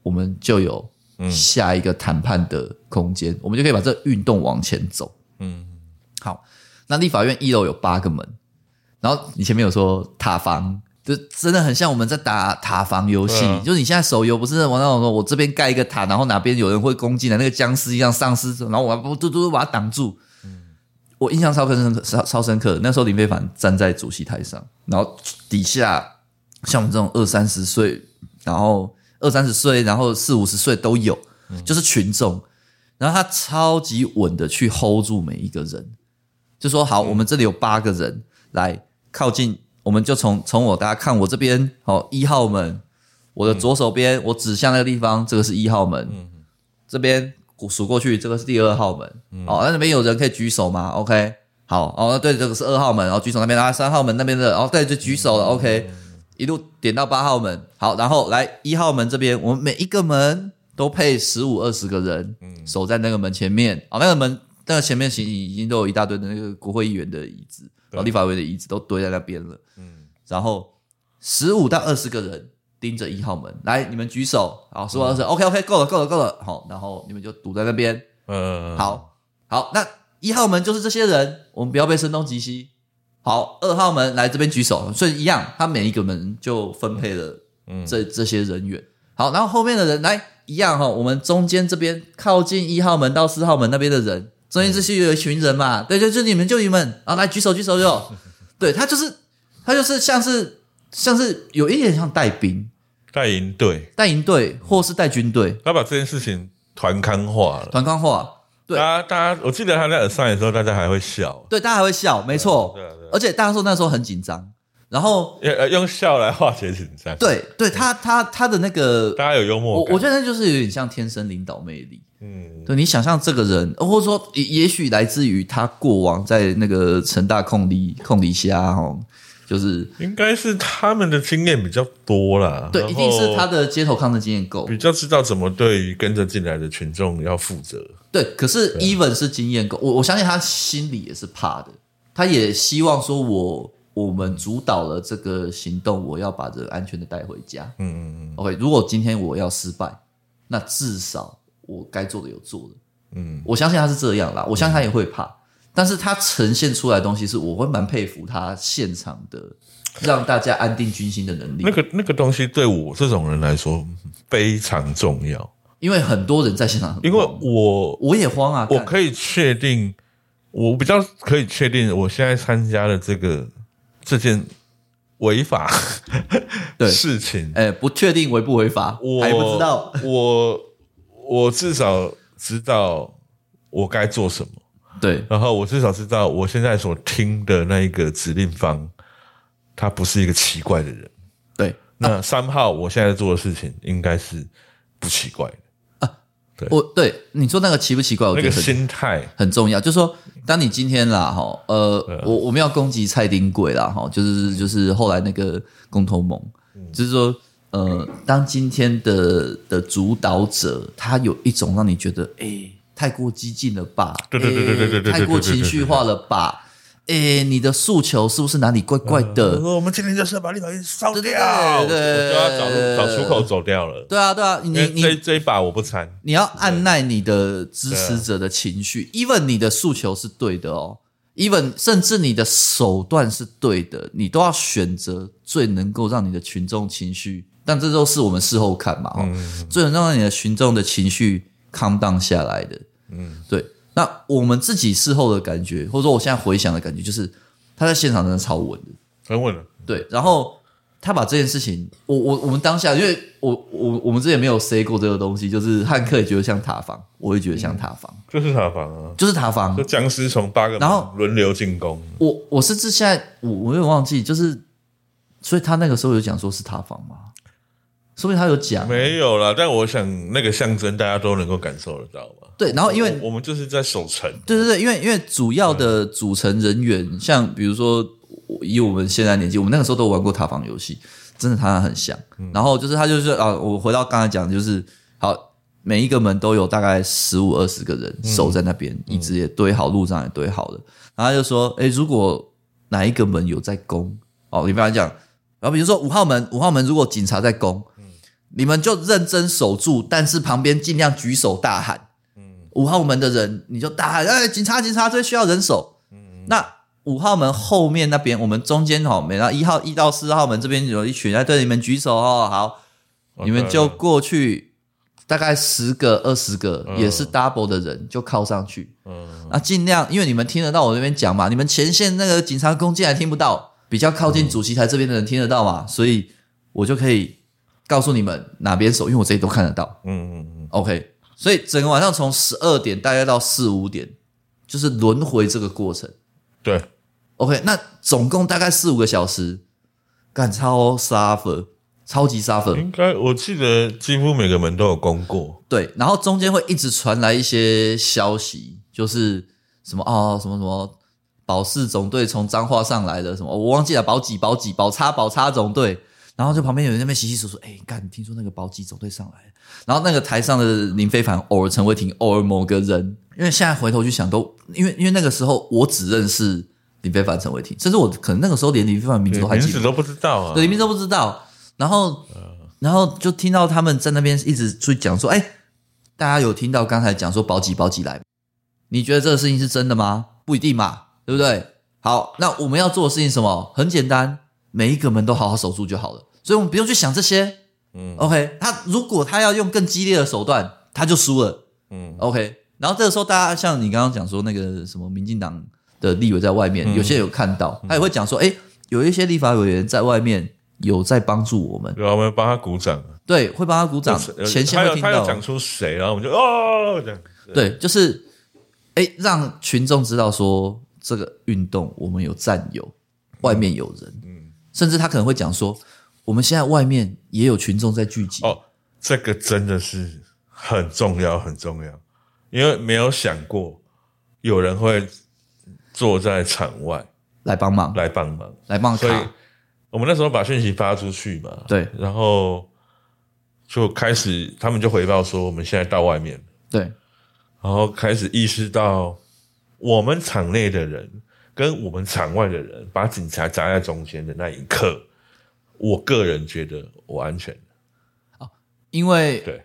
Speaker 1: 我们就有下一个谈判的空间，我们就可以把这运动往前走。
Speaker 2: 嗯，
Speaker 1: 好，那立法院一楼有八个门，然后你前面有说塔防，就真的很像我们在打塔防游戏，
Speaker 2: 对啊
Speaker 1: 就是你现在手游不是玩那种说我这边盖一个塔，然后哪边有人会攻进来，那个僵尸一样丧尸，然后我不嘟嘟把它挡住。
Speaker 2: 嗯
Speaker 1: 我印象超深刻，超超深刻。那时候林非凡站在主席台上，然后底下像我们这种二三十岁，然后二三十岁，然后四五十岁都有，就是群众。然后他超级稳的去 hold 住每一个人，就说好，我们这里有八个人来靠近，我们就从从我大家看我这边，好、一号门，我的左手边，我指向那个地方，这个是一号门，这边数过去，这个是第二号门。哦，那那边有人可以举手吗？OK，好，哦，那对，这个是二号门，然后举手那边，然后啊三号门那边的，然后对，就举手了。OK，一路点到八号门，好，然后来一号门这边，我们每一个门都配十五二十个人，守在那个门前面。哦，那个门那个前面行已经都有一大堆的那个国会议员的椅子，然后立法委员的椅子都堆在那边了。
Speaker 2: 嗯，
Speaker 1: 然后十五到二十个人盯着一号门，来，你们举手，好，十五二十，OK OK，够了够了够了，好，然后你们就堵在那边，
Speaker 2: 嗯，
Speaker 1: 好，好，那一号门就是这些人，我们不要被声东击西。好，二号门来这边举手，所以一样，他每一个门就分配了
Speaker 2: 嗯
Speaker 1: 这这些人员。好，然后后面的人来一样哈、我们中间这边靠近一号门到四号门那边的人，中间这
Speaker 2: 嗯
Speaker 1: 些有一群人嘛，对，就就你们就你们，啊，来举手举手举手， 对他就是他就是像是像是有一点像带兵、
Speaker 2: 带营队，
Speaker 1: 带营队或是带军队
Speaker 2: 他把这件事情团刊化了。
Speaker 1: 团康化，对
Speaker 2: 大家，大家，我记得他在耳上的时候，大家还会笑，
Speaker 1: 对，大家还会笑，没错，
Speaker 2: 对啊对啊
Speaker 1: 而且大家说那时候很紧张，然后
Speaker 2: 呃呃用笑来化解紧张。，
Speaker 1: 对对他他他的那个，
Speaker 2: 大家有幽
Speaker 1: 我
Speaker 2: 默感。
Speaker 1: 我觉得那就是有点像天生领导魅力。
Speaker 2: 嗯，
Speaker 1: 对你想象这个人，呃或者说也也许来自于他过往在那个成大控离控离虾哦，就是
Speaker 2: 应该是他们的经验比较多啦。
Speaker 1: 对，
Speaker 2: 然后
Speaker 1: 一定是他的街头抗争经验够。
Speaker 2: 比较知道怎么对于跟着进来的群众要负责。
Speaker 1: 对，可是 even 是经验够，我我相信他心里也是怕的，他也希望说我我们主导了这个行动，我要把人安全的带回家。
Speaker 2: 嗯嗯
Speaker 1: OK，如果今天我要失败，那至少我该做的有做了。
Speaker 2: 嗯
Speaker 1: 我相信他是这样啦，我相信他也会怕，但是他呈现出来的东西是，我会蛮佩服他现场的让大家安定军心的能力
Speaker 2: 那，个那个东西对我这种人来说非常重要，
Speaker 1: 因为很多人在现场很慌，
Speaker 2: 因为我
Speaker 1: 我也慌啊，
Speaker 2: 我
Speaker 1: 干
Speaker 2: 可以确定，我比较可以确定，我现在参加的这个这件违法
Speaker 1: 对
Speaker 2: 事情，
Speaker 1: 哎、不确定违不违法，
Speaker 2: 我
Speaker 1: 还不知道，，
Speaker 2: 我我至少知道我该做什么，
Speaker 1: 对
Speaker 2: 然后我至少知道我现在所听的那一个指令方，他不是一个奇怪的人。
Speaker 1: 对，
Speaker 2: 那三号我现在做的事情应该是不奇怪的，
Speaker 1: 我对你说那个奇不奇怪，我
Speaker 2: 那
Speaker 1: 觉得
Speaker 2: 个
Speaker 1: 哦很
Speaker 2: 心态，
Speaker 1: 很重要，就是说，当你今天啦，哈，呃，我我们要攻击蔡丁贵啦，哈，就是就是后来那个共同盟，就是说，呃，当今天的的主导者，他有一种让你觉得，哎、太过激进了吧，
Speaker 2: 对对对对对对对对
Speaker 1: 哎太过情绪化了吧，哎、你的诉求是不是哪里怪怪
Speaker 2: 我
Speaker 1: 的？
Speaker 2: 呃说我们今天就是要把立法院烧
Speaker 1: 对对
Speaker 2: 掉，
Speaker 1: 对对
Speaker 2: 我
Speaker 1: 对
Speaker 2: 就要找
Speaker 1: 对
Speaker 2: 找出口走掉了。
Speaker 1: 对啊，对啊，你
Speaker 2: 因为
Speaker 1: 你
Speaker 2: 这这一把我不参，
Speaker 1: 你要按耐你的支持者的情绪，even 你的诉求是对的哦，even 甚至你的手段是对的，你都要选择最能够让你的群众情绪，但这都是我们事后看嘛、哦，最能让你的群众的情绪 calm down 下来的。嗯，对。那我们自己事后的感觉，或者说我现在回想的感觉，就是他在现场真的超稳的。
Speaker 2: 很稳了。
Speaker 1: 对，然后他把这件事情，我我我们当下，因为我我我们之前没有 say 过这个东西，就是汉克也觉得像塔防，我也觉得像塔防，
Speaker 2: 就是塔防啊，
Speaker 1: 就是塔防
Speaker 2: 就。僵尸从八个
Speaker 1: 然后
Speaker 2: 门轮流进攻，
Speaker 1: 我我甚至现在我我有点忘记，就是所以他那个时候有讲说是塔防吗？说明他有讲
Speaker 2: 没有啦。但我想那个象征大家都能够感受得到吧？
Speaker 1: 对，然哦后因为
Speaker 2: 我我们就是在守城，
Speaker 1: 对对对，因为因为主要的组成人员，像比如说我以我们现在年纪，我们那个时候都玩过塔防游戏，真的塔防很像。然后就是他就是啊，我回到刚才讲，的就是好，每一个门都有大概十五二十个人守在那边，椅子也堆好，路障也堆好了。然后他就说，诶，如果哪一个门有在攻，哦，你比方讲，然后比如说五号门，五号门如果警察在攻，你们就认真守住，但是旁边尽量举手大喊。五号门的人，你就大喊：“哎，警察，警察！这需要人手。那五号门后面那边，我们中间哦，每到一号一到四号门这边有一群，哎，对，你们举手哦，好，
Speaker 2: 哦
Speaker 1: 你们
Speaker 2: 对
Speaker 1: 就过去，大概十个、二十个，
Speaker 2: 嗯
Speaker 1: 也是 double 的人就靠上去。
Speaker 2: 嗯
Speaker 1: 啊，尽量，因为你们听得到我这边讲嘛，你们前线那个警察攻进来听不到，比较靠近主席台这边的人听得到嘛，所以我就可以告诉你们哪边守，因为我这里都看得到。
Speaker 2: 嗯嗯嗯，
Speaker 1: OK，所以整个晚上从十二点大概到四五点，就是轮回这个过程。
Speaker 2: 对，
Speaker 1: OK，那总共大概四五个小时，干超 suffer。超级杀粉。
Speaker 2: 应该我记得几乎每个门都有攻过，
Speaker 1: 对，然后中间会一直传来一些消息，就是什么哦，什么什么保四总队从彰化上来的，什么、哦我忘记了，保几保几保差保差总队，然后就旁边有人在那边稀稀疏疏，哎，干，听说那个保几总队上来了，然后那个台上的林非凡、偶尔陈伟霆、偶尔某个人，因为现在回头去想都，因为因为那个时候我只认识林非凡、陈伟霆，甚至我可能那个时候连林非凡名字
Speaker 2: 对
Speaker 1: 都还
Speaker 2: 名
Speaker 1: 记不
Speaker 2: 字都不知道啊
Speaker 1: 对，。里面都不知道。然后，然后就听到他们在那边一直去讲说，哎，大家有听到刚才讲说保几保几来吗，你觉得这个事情是真的吗？不一定嘛，对不对？好，那我们要做的事情是什么？很简单，每一个门都好好守住就好了，所以我们不用去想这些。
Speaker 2: 嗯
Speaker 1: OK，他如果他要用更激烈的手段，他就输了。
Speaker 2: 嗯，
Speaker 1: OK，然后这个时候大家像你刚刚讲说那个什么民进党的立委在外
Speaker 2: 嗯
Speaker 1: 面，有些人有看到，他也会讲说，哎、有一些立法委员在外面有在帮助我们，
Speaker 2: 然啊后我们帮他鼓掌，啊
Speaker 1: 对，会帮他鼓掌，
Speaker 2: 呃
Speaker 1: 前线
Speaker 2: 他
Speaker 1: 会
Speaker 2: 嗯有
Speaker 1: 听
Speaker 2: 他有
Speaker 1: 到，
Speaker 2: 讲出谁，然后我们就哦这样。
Speaker 1: 对，就是哎、让群众知道说这个运动我们有战友，外面有人，
Speaker 2: 嗯
Speaker 1: 甚至他可能会讲说，我们现在外面也有群众在聚集，
Speaker 2: 哦，这个真的是很重要，很重要，因为没有想过有人会坐在场外
Speaker 1: 来帮忙，
Speaker 2: 来帮忙，
Speaker 1: 来帮忙
Speaker 2: 所以
Speaker 1: 卡，
Speaker 2: 我们那时候把讯息发出去嘛，
Speaker 1: 对，
Speaker 2: 然后就开始他们就回报说我们现在到外面，
Speaker 1: 对，
Speaker 2: 然后开始意识到我们场内的人跟我们场外的人把警察夹在中间的那一刻，我个人觉得我安全了，
Speaker 1: 因为
Speaker 2: 对。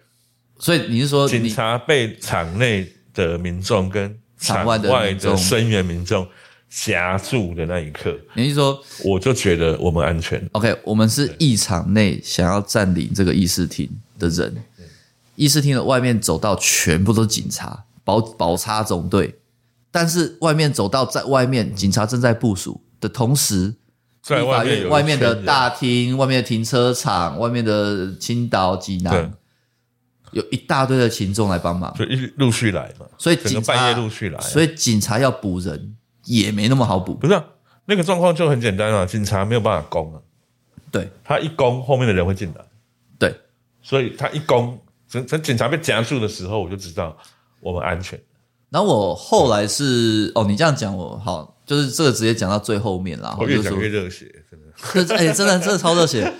Speaker 1: 所以你是说
Speaker 2: 警
Speaker 1: 你
Speaker 2: 察被场内的民众跟场
Speaker 1: 场外
Speaker 2: 外
Speaker 1: 的
Speaker 2: 的
Speaker 1: 民众
Speaker 2: 声援民众夹住的那一刻，
Speaker 1: 你是说。
Speaker 2: 我就觉得我们安全。
Speaker 1: OK，我们是议场内想要占领这个议事厅的
Speaker 2: 嗯
Speaker 1: 人，议事厅的外面走道全部都是警察，保保差总队，但是外面走道在外
Speaker 2: 嗯
Speaker 1: 面，警察正在部署的同时，
Speaker 2: 在
Speaker 1: 立法
Speaker 2: 外
Speaker 1: 院外
Speaker 2: 面有一圈
Speaker 1: 面的
Speaker 2: 人
Speaker 1: 大厅、外面的停车场、外面的青岛、济
Speaker 2: 对
Speaker 1: 南，，有一大堆的群众来帮忙，
Speaker 2: 就一陆续来嘛，
Speaker 1: 所以
Speaker 2: 整个
Speaker 1: 警察
Speaker 2: 半夜陆续来啊，
Speaker 1: 所以警察要补人也没那么好补，
Speaker 2: 不是、啊、那个状况就很简单啊，警察没有办法攻啊，
Speaker 1: 对
Speaker 2: 他一攻后面的人会进来，
Speaker 1: 对，
Speaker 2: 所以他一攻，整整警察被夹住的时候，我就知道我们安全。
Speaker 1: 然后我后来是哦，你这样讲我好，就是这个直接讲到最后面啦。
Speaker 2: 我
Speaker 1: 哦就
Speaker 2: 越
Speaker 1: 是
Speaker 2: 讲
Speaker 1: 说
Speaker 2: 越热血，真的，
Speaker 1: 可是哎、真的真的超热 血。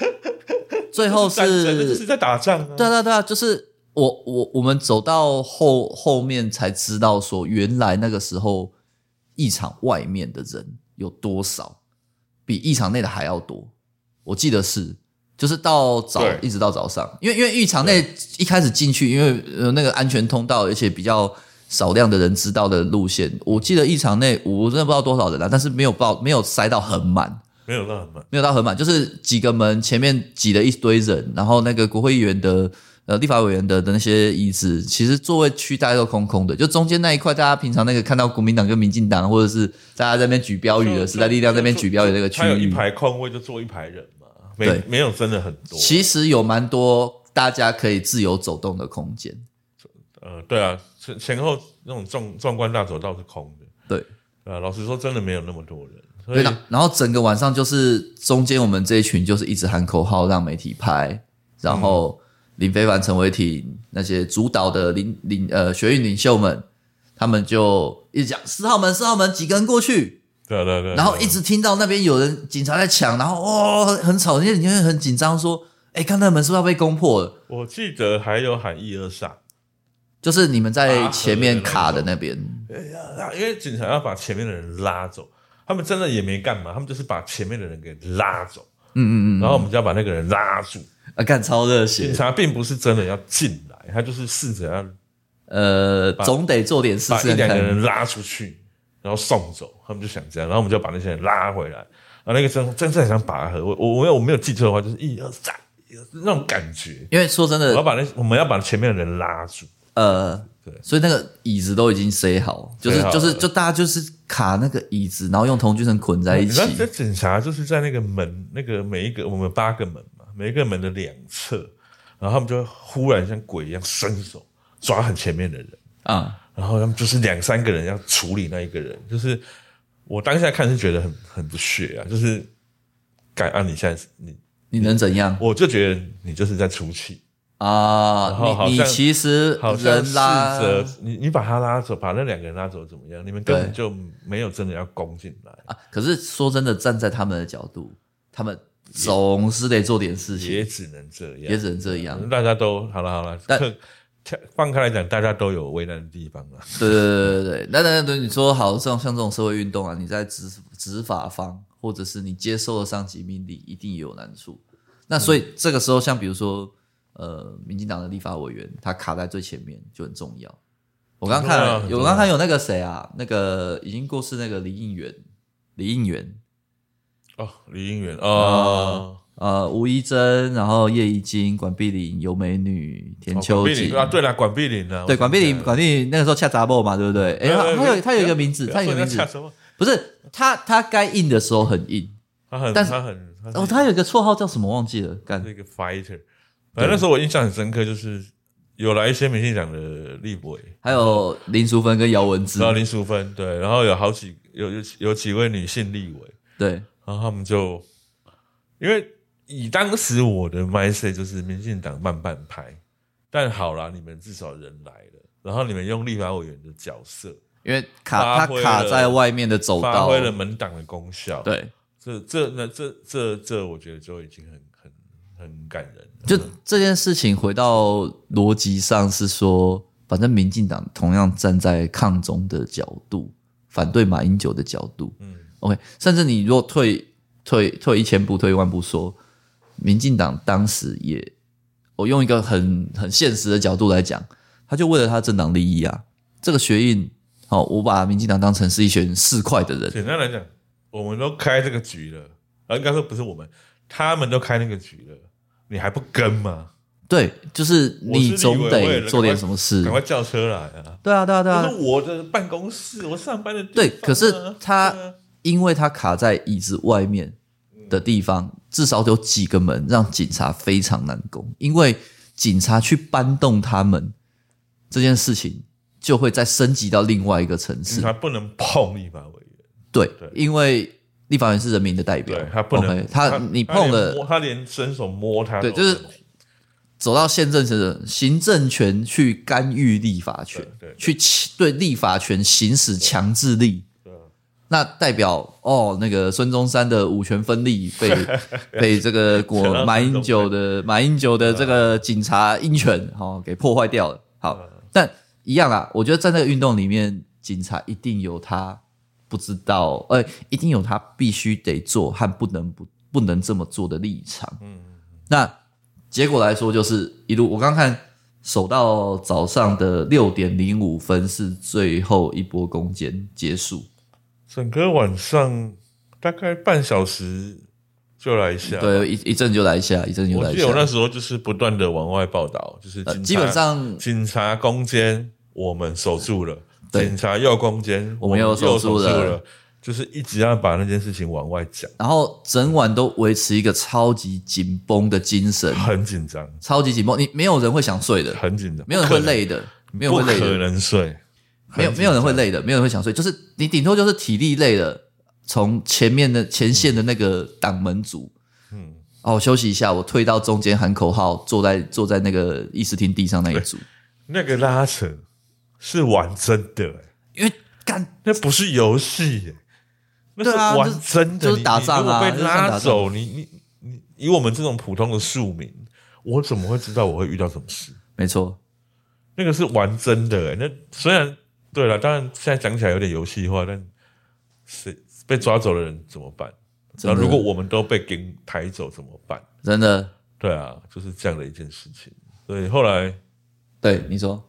Speaker 1: 最后
Speaker 2: 战争这就是
Speaker 1: 是，
Speaker 2: 在打仗啊，
Speaker 1: 对啊对啊对啊，就是我我我们走到后后面才知道说，原来那个时候一场外面的人有多少，比一场内的还要多。我记得是，就是到早
Speaker 2: 对
Speaker 1: 一直到早上，因为因为浴场内一开始进去，因为呃那个安全通道，而且比较少量的人知道的路线，我记得浴场内我真的不知道多少人啊，但是没有报没有塞到很满。
Speaker 2: 没有那么
Speaker 1: 没有到很满，就是几个门前面挤了一堆人，然后那个国会议员的呃立法委员的的那些椅子，其实座位区大家都空空的，就中间那一块，大家平常那个看到国民党跟民进党，或者是大家在那边举标语的时代力量在那边举标语那个区
Speaker 2: 他有一
Speaker 1: 域，
Speaker 2: 排空位就坐一排人嘛，没
Speaker 1: 对
Speaker 2: 没有真的很多。
Speaker 1: 其实有蛮多大家可以自由走动的空间。
Speaker 2: 呃，对啊，前前后那种壮壮观大走道是空的。
Speaker 1: 对
Speaker 2: 啊，老实说，真的没有那么多人。所
Speaker 1: 对
Speaker 2: 以
Speaker 1: 的，然后整个晚上就是中间我们这一群就是一直喊口号让媒体拍，然后
Speaker 2: 嗯
Speaker 1: 林非凡、陈伟霆那些主导的领领呃学运领袖们，他们就一直讲四号门四号门几个人过去，
Speaker 2: 对啊对啊对啊，
Speaker 1: 然后一直听到那边有人警察在抢，然后哦很吵，因为你会很紧张说，哎，看那个门是不是要被攻破了？
Speaker 2: 我记得还有喊一二三，
Speaker 1: 就是你们在
Speaker 2: 拔河
Speaker 1: 前
Speaker 2: 的
Speaker 1: 面
Speaker 2: 那种
Speaker 1: 卡的那边，
Speaker 2: 啊因为警察要把前面的人拉走，他们真的也没干嘛，他们就是把前面的人给拉走，
Speaker 1: 嗯嗯嗯，
Speaker 2: 然后我们就要把那个人拉住。
Speaker 1: 啊，干超热
Speaker 2: 警
Speaker 1: 血，
Speaker 2: 察并不是真的要进来，他就是试着要
Speaker 1: 呃，总得做点事
Speaker 2: 把一
Speaker 1: 情
Speaker 2: 两个
Speaker 1: 看，
Speaker 2: 人拉出去，然后送走，他们就想这样，然后我们就把那些人拉回来。啊，那个真真是很像拔河，我我我有我没有记错的话，就是一二三，一二三那种感觉。
Speaker 1: 因为说真的
Speaker 2: 我要，把那我们要把前面的人拉住，
Speaker 1: 呃
Speaker 2: 对，
Speaker 1: 所以那个椅子都已经塞好，就是
Speaker 2: 塞好
Speaker 1: 就是
Speaker 2: 了
Speaker 1: 就大家就是卡那个椅子，然后用同居绳捆在一
Speaker 2: 你知
Speaker 1: 起
Speaker 2: 道，这警察就是在那个门，那个每一个我们有八个门嘛，每一个门的两侧，然后他们就会忽然像鬼一样伸手抓很前面的人，
Speaker 1: 啊、
Speaker 2: 然后他们就是两三个人要处理那一个人，就是我当下看是觉得很很不屑啊，就是敢按、啊、你现在你
Speaker 1: 你能怎样
Speaker 2: 我就觉得你就是在出气，然后
Speaker 1: 啊？
Speaker 2: 好
Speaker 1: 你你
Speaker 2: 像
Speaker 1: 其实
Speaker 2: 好像
Speaker 1: 人
Speaker 2: 试
Speaker 1: 拉
Speaker 2: 着你你把他拉走，把那两个人拉走怎么样？你们根本就没有真的要攻进来，
Speaker 1: 啊，可是说真的，站在他们的角度，他们总是得做点事情，
Speaker 2: 也只能这样，
Speaker 1: 也只能这样。
Speaker 2: 大家都好了好了，
Speaker 1: 但
Speaker 2: 客跳放开来讲，大家都有为难的地方了。
Speaker 1: 对对对对对对，那那那你说好，像像这种社会运动啊，你在执执法方或者是你接受了上级命令，一定也有难处。那所以
Speaker 2: 嗯
Speaker 1: 这个时候，像比如说，呃，民进党的立法委员他卡在最前面就很重要。我刚看了，
Speaker 2: 很重要
Speaker 1: 有我刚看有那个谁啊，那个已经过世那个李应元，李应元，
Speaker 2: 哦，李应元哦，
Speaker 1: 呃，吴怡珍，然后叶怡晶、管碧玲、尤美女、田
Speaker 2: 哦
Speaker 1: 秋
Speaker 2: 管碧
Speaker 1: 瑾、
Speaker 2: 玲啊，对了，管碧玲呢？
Speaker 1: 对，
Speaker 2: 我想
Speaker 1: 管碧玲，
Speaker 2: 起
Speaker 1: 管碧玲那个时候恰杂报嘛，对不对？哎、
Speaker 2: 来了
Speaker 1: 他他有他有一个名字，
Speaker 2: 不要
Speaker 1: 他有一个名
Speaker 2: 不要
Speaker 1: 字，
Speaker 2: 说人家什么
Speaker 1: 不是他他该硬的时候很硬，
Speaker 2: 他很
Speaker 1: 但是
Speaker 2: 他很
Speaker 1: 然
Speaker 2: 是
Speaker 1: 后他有一个绰号叫什么忘记了，干
Speaker 2: 是一个 fighter。反正那时候我印象很深刻，就是有来一些民进党的立委，
Speaker 1: 还有林淑芬跟姚文芝
Speaker 2: 然，后林淑芬对，然后有好几有有有几位女性立委，
Speaker 1: 对
Speaker 2: 然后他们就因为以当时我的 mindset 就是民进党慢半拍，但好啦，你们至少人来了，然后你们用立法委员的角色
Speaker 1: 因为卡
Speaker 2: 发
Speaker 1: 他
Speaker 2: 挥了
Speaker 1: 卡在外面的走
Speaker 2: 发
Speaker 1: 道，
Speaker 2: 挥了门挡的功效，，
Speaker 1: 对，
Speaker 2: 这这那这这这，我觉得就已经很很很感人了。
Speaker 1: 就这件事情回到逻辑上是说，反正民进党同样站在抗中的角度，反对马英九的角度，
Speaker 2: 嗯
Speaker 1: OK，甚至你如果退退退一千步，退一万步说，民进党当时也，我用一个很很现实的角度来讲，他就为了他政党利益啊，这个学运，好、我把民进党当成是一群市侩的人，
Speaker 2: 简单来讲，我们都开这个局了，啊，应该说不是我们，他们都开那个局了，你还不跟吗？
Speaker 1: 对，就是你总
Speaker 2: 我是立委我也
Speaker 1: 得
Speaker 2: 能
Speaker 1: 做点什么事
Speaker 2: 赶，快叫车来啊！
Speaker 1: 对啊，对啊，对
Speaker 2: 这
Speaker 1: 啊
Speaker 2: 是，我的办公室，我上班的地方啊、
Speaker 1: 对可是他
Speaker 2: 对啊
Speaker 1: 因为他卡在椅子外面的地方，至少有几个门让警察非常难攻，因为警察去搬动他们这件事情，就会再升级到另外一个层次。
Speaker 2: 他不能碰立法委员，
Speaker 1: 对，
Speaker 2: 嗯对
Speaker 1: 因为立法院是人民的代表
Speaker 2: 对，他不
Speaker 1: OK，
Speaker 2: 能
Speaker 1: 他你碰
Speaker 2: 他连摸
Speaker 1: 了，
Speaker 2: 他连伸手摸他
Speaker 1: 对
Speaker 2: 都有问题，
Speaker 1: 就是走到宪政权、行政权去干预立法权
Speaker 2: 对对，
Speaker 1: 去起对立法权行使强制力。
Speaker 2: 对啊
Speaker 1: 那代表哦，那个孙中山的五权分立 被被这个
Speaker 2: 想到
Speaker 1: 国
Speaker 2: 孙
Speaker 1: 马英
Speaker 2: 中啊
Speaker 1: 九的马英九的这个警察鹰犬哦给破坏掉了。好，
Speaker 2: 嗯
Speaker 1: 但一样啊，我觉得在那个运动里面，警察一定有他不知道，呃，一定有他必须得做和不能不不能这么做的立场。嗯，那结果来说，就是一路我刚看守到早上的六点零五分是最后一波攻坚结束。
Speaker 2: 整个晚上大概半小时就来一下。
Speaker 1: 对，一一阵就来一下，一阵就
Speaker 2: 啊我
Speaker 1: 来一
Speaker 2: 记得我那
Speaker 1: 下。
Speaker 2: 时候就是不断的往外报道，就是
Speaker 1: 呃
Speaker 2: 警察
Speaker 1: 基本上
Speaker 2: 警察攻坚，我们守住了；
Speaker 1: 对
Speaker 2: 警察又攻坚，
Speaker 1: 我们又
Speaker 2: 又
Speaker 1: 守住
Speaker 2: 住
Speaker 1: 了
Speaker 2: 了。就是一直要把那件事情往外讲，
Speaker 1: 然后整晚都维持一个超级紧绷的精 神，
Speaker 2: 很紧张，
Speaker 1: 超级紧绷，你没有人会想睡的，
Speaker 2: 很紧张，
Speaker 1: 没有人会累的，没有
Speaker 2: 不
Speaker 1: 人
Speaker 2: 可
Speaker 1: 会累
Speaker 2: 能，不可
Speaker 1: 的，
Speaker 2: 能睡，
Speaker 1: 没有没有人会累的，没有人会想睡，就是你顶多就是体力累了，从前面的前线的那个挡门组，嗯
Speaker 2: 嗯，
Speaker 1: 哦，我休息一下，我退到中间喊口号，坐在坐在那个议事厅地上那一组，
Speaker 2: 那个拉扯是玩真的、欸，
Speaker 1: 因为干
Speaker 2: 那不是游戏、欸，那
Speaker 1: 对啊
Speaker 2: 是玩真的。
Speaker 1: 就是
Speaker 2: 你
Speaker 1: 打仗啊就
Speaker 2: 你如果
Speaker 1: 是
Speaker 2: 被
Speaker 1: 像打
Speaker 2: 拉
Speaker 1: 仗
Speaker 2: 走，你你你，以我们这种普通的庶民，我怎么会知道我会遇到什么事？
Speaker 1: 没错，
Speaker 2: 那个是玩真的、欸，那虽然对了，当然现在讲起来有点游戏化，但谁被抓走的人怎么办？
Speaker 1: 真
Speaker 2: 那
Speaker 1: 的
Speaker 2: 如果我们都被给抬走怎么办？
Speaker 1: 真的，
Speaker 2: 对啊，就是这样的一件事情。所以后来，
Speaker 1: 对你说，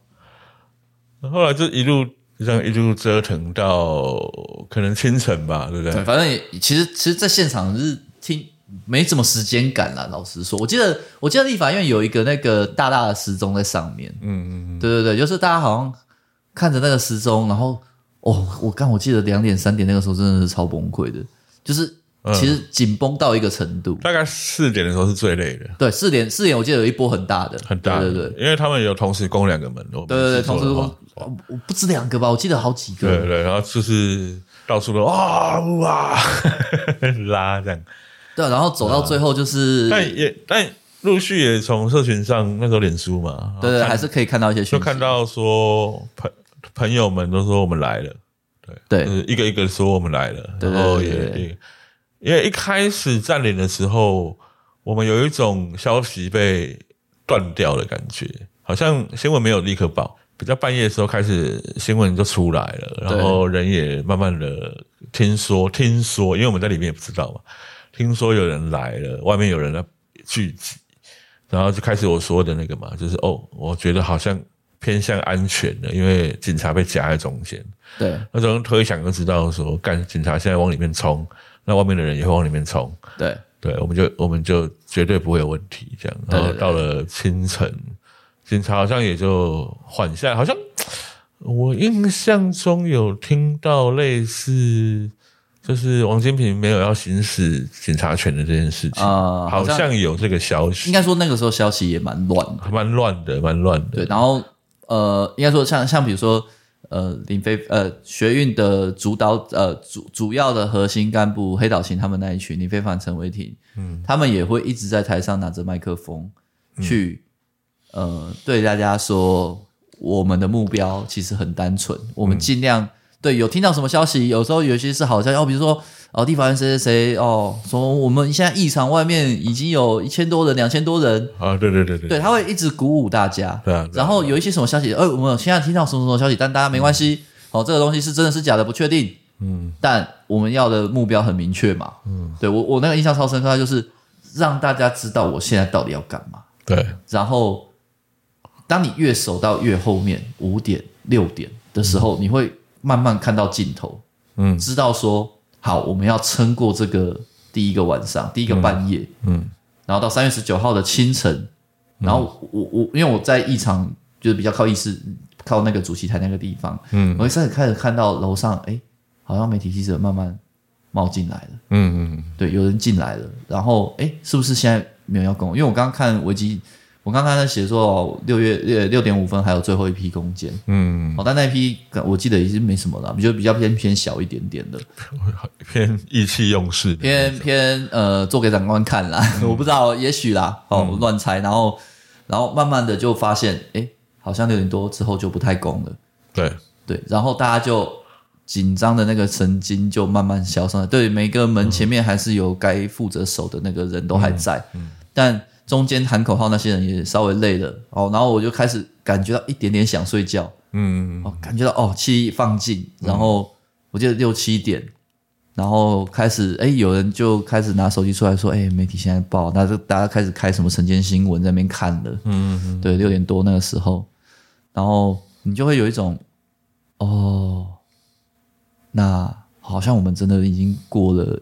Speaker 2: 后来就一路就
Speaker 1: 嗯
Speaker 2: 这样一路折腾到可能清晨吧，对不对？
Speaker 1: 对，反正也其实其实，在现场是听没什么时间感啦。老实说，我记得我记得立法院有一个那个大大的时钟在上面，
Speaker 2: 嗯嗯
Speaker 1: 对对对，就是大家好像看着那个时钟，然后哦，我刚我记得两点三点那个时候真的是超崩溃的，就是
Speaker 2: 嗯
Speaker 1: 其实紧绷到一个程度。
Speaker 2: 大概四点的时候是最累的，
Speaker 1: 对，四点四点我记得有一波很大的，
Speaker 2: 很大的，
Speaker 1: 对对对。
Speaker 2: 因为他们有同时攻两个门，对
Speaker 1: 对对对，同时我我不止两个吧，我记得好几
Speaker 2: 对对
Speaker 1: 个。
Speaker 2: 对，然后就是到处都啊哇啊 拉这样，
Speaker 1: 对啊，然后走到最后就是，
Speaker 2: 但也但陆续也从社群上那时候脸书嘛，
Speaker 1: 对对，
Speaker 2: 然哦后看
Speaker 1: 还是可以看到一些讯息。
Speaker 2: 就看到说朋朋友们都说我们来了，对
Speaker 1: 对
Speaker 2: 就是一个一个说我们来了，
Speaker 1: 对
Speaker 2: 然后
Speaker 1: 对
Speaker 2: 也
Speaker 1: 对对
Speaker 2: 也因为一开始占领的时候，我们有一种消息被断掉的感觉，好像新闻没有立刻报，比较半夜的时候开始新闻就出来了，然后人也慢慢的听说听说，因为我们在里面也不知道嘛，听说有人来了，外面有人在聚集。然后就开始我说的那个嘛，就是哦，我觉得好像偏向安全的，因为警察被夹在中间。
Speaker 1: 对
Speaker 2: 那种推想就知道说，干警察现在往里面冲，那外面的人也会往里面冲。
Speaker 1: 对
Speaker 2: 对，我们就我们就绝对不会有问题这样。
Speaker 1: 对对
Speaker 2: 然后
Speaker 1: 对
Speaker 2: 到了清晨，警察好像也就缓下来，好像呃我印象中有听到类似，就是王金平没有要行使警察权的这件事情，
Speaker 1: 啊
Speaker 2: 好
Speaker 1: 好像
Speaker 2: 像有这个消息
Speaker 1: 应。该说那个时候消息也蛮乱的。
Speaker 2: 还蛮乱的，蛮乱的。
Speaker 1: 对，然后呃，应该说像像比如说呃，林飞呃，学运的主导呃主主要的核心干部黑岛琴他们那一群，林非凡、陈伟霆，嗯，他们也会一直在台上拿着麦克风去、呃对大家说，我们的目标其实很单纯，我们尽量、对有听到什么消息，有时候有些是好消息，哦，比如说。哦，地法院谁谁谁哦，说我们现在异常外面已经有一千多人、两千多人，
Speaker 2: 啊，对对对对
Speaker 1: 对，他会一直鼓舞大家。
Speaker 2: 对啊对啊
Speaker 1: 然后有一些什么消息，呃，我们现在听到什么什么消息，但大家没关
Speaker 2: 嗯
Speaker 1: 系，哦，这个东西是真的是假的，不确定。嗯，但我们要的目标很明确嘛。嗯，对我我那个印象超深刻，就是让大家知道我现在到底要干嘛。
Speaker 2: 对
Speaker 1: 然后，当你越守到越后面五点六点的时候，你会慢慢看到尽头。
Speaker 2: 嗯
Speaker 1: 知道说好，我们要撑过这个第一个晚上，第一个半夜，
Speaker 2: 嗯
Speaker 1: 然后到三月十九号的清晨，然后我我因为我在一场就是比较靠意识靠那个主席台那个地方，
Speaker 2: 嗯
Speaker 1: 我一开始开始看到楼上，哎，好像媒体记者慢慢冒进来了，
Speaker 2: 嗯嗯，
Speaker 1: 对，有人进来了，然后哎，是不是现在没有要攻？因为我刚刚看维基，我刚刚在写说哦，六月呃六点五分还有最后一批攻坚，
Speaker 2: 嗯，
Speaker 1: 哦，但那一批我记得已经没什么了，就比较偏偏小一点点的，
Speaker 2: 偏意气用事的，
Speaker 1: 偏偏呃做给长官看啦，我不知道，也许啦，哦，我乱猜，然后然后慢慢的就发现，哎，好像六点多之后就不太攻了，
Speaker 2: 对
Speaker 1: 对，然后大家就紧张的那个神经就慢慢消散了，对，每个门前面还是有该负责守的那个人都还在，但中间喊口号那些人也稍微累了，哦，然后我就开始感觉到一点点想睡觉，
Speaker 2: 嗯
Speaker 1: 哦，感觉到哦，气放尽，然后我记得六七点，然后开始哎，有人就开始拿手机出来说，哎，媒体现在报，那就大家开始开什么晨间新闻在那边看了，
Speaker 2: 嗯
Speaker 1: 对，六点多那个时候，然后你就会有一种，哦，那好像我们真的已经过了，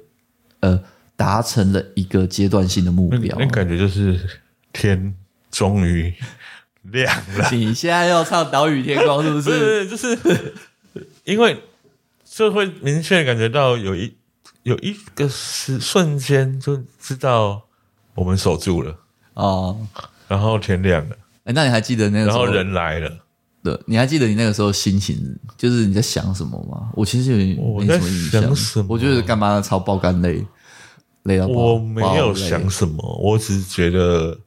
Speaker 1: 呃，达成了一个阶段性的目
Speaker 2: 那
Speaker 1: 标。
Speaker 2: 那感觉就是天终于亮了，
Speaker 1: 你现在要唱《岛屿天光》是不
Speaker 2: 不
Speaker 1: 是？
Speaker 2: 是就是因为就会明确感觉到有一有一个时瞬间就知道我们守住了，
Speaker 1: 哦，
Speaker 2: 然后天亮了，
Speaker 1: 哎，那你还记得那个时
Speaker 2: 然
Speaker 1: 候
Speaker 2: 后人来了。
Speaker 1: 对，你还记得你那个时候心情，就是你在想什么吗？我其实有点
Speaker 2: 我
Speaker 1: 没
Speaker 2: 在
Speaker 1: 什么印
Speaker 2: 想
Speaker 1: 象，
Speaker 2: 什么
Speaker 1: 我觉得干嘛超爆肝累，累到爆
Speaker 2: 我没有想
Speaker 1: 爆
Speaker 2: 什么，我只是觉得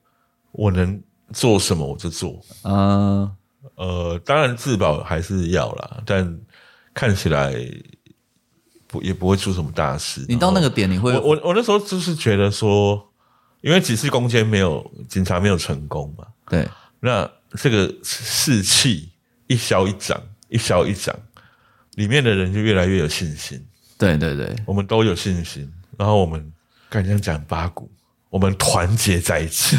Speaker 2: 我能做什么我就做。
Speaker 1: 累，嗯，
Speaker 2: 呃，当然自保还是要啦，但看起来不也不会出什么大事。
Speaker 1: 你到那
Speaker 2: 然
Speaker 1: 个点你会
Speaker 2: 后我我我那时候就是觉得说，因为几次攻坚没有警察没有成功嘛，
Speaker 1: 对
Speaker 2: 那这个士气一消一涨，一消一涨，里面的人就越来越有信心。
Speaker 1: 对对对
Speaker 2: 我们都有信心，然后我们敢这样讲八股，我们团结在一 起，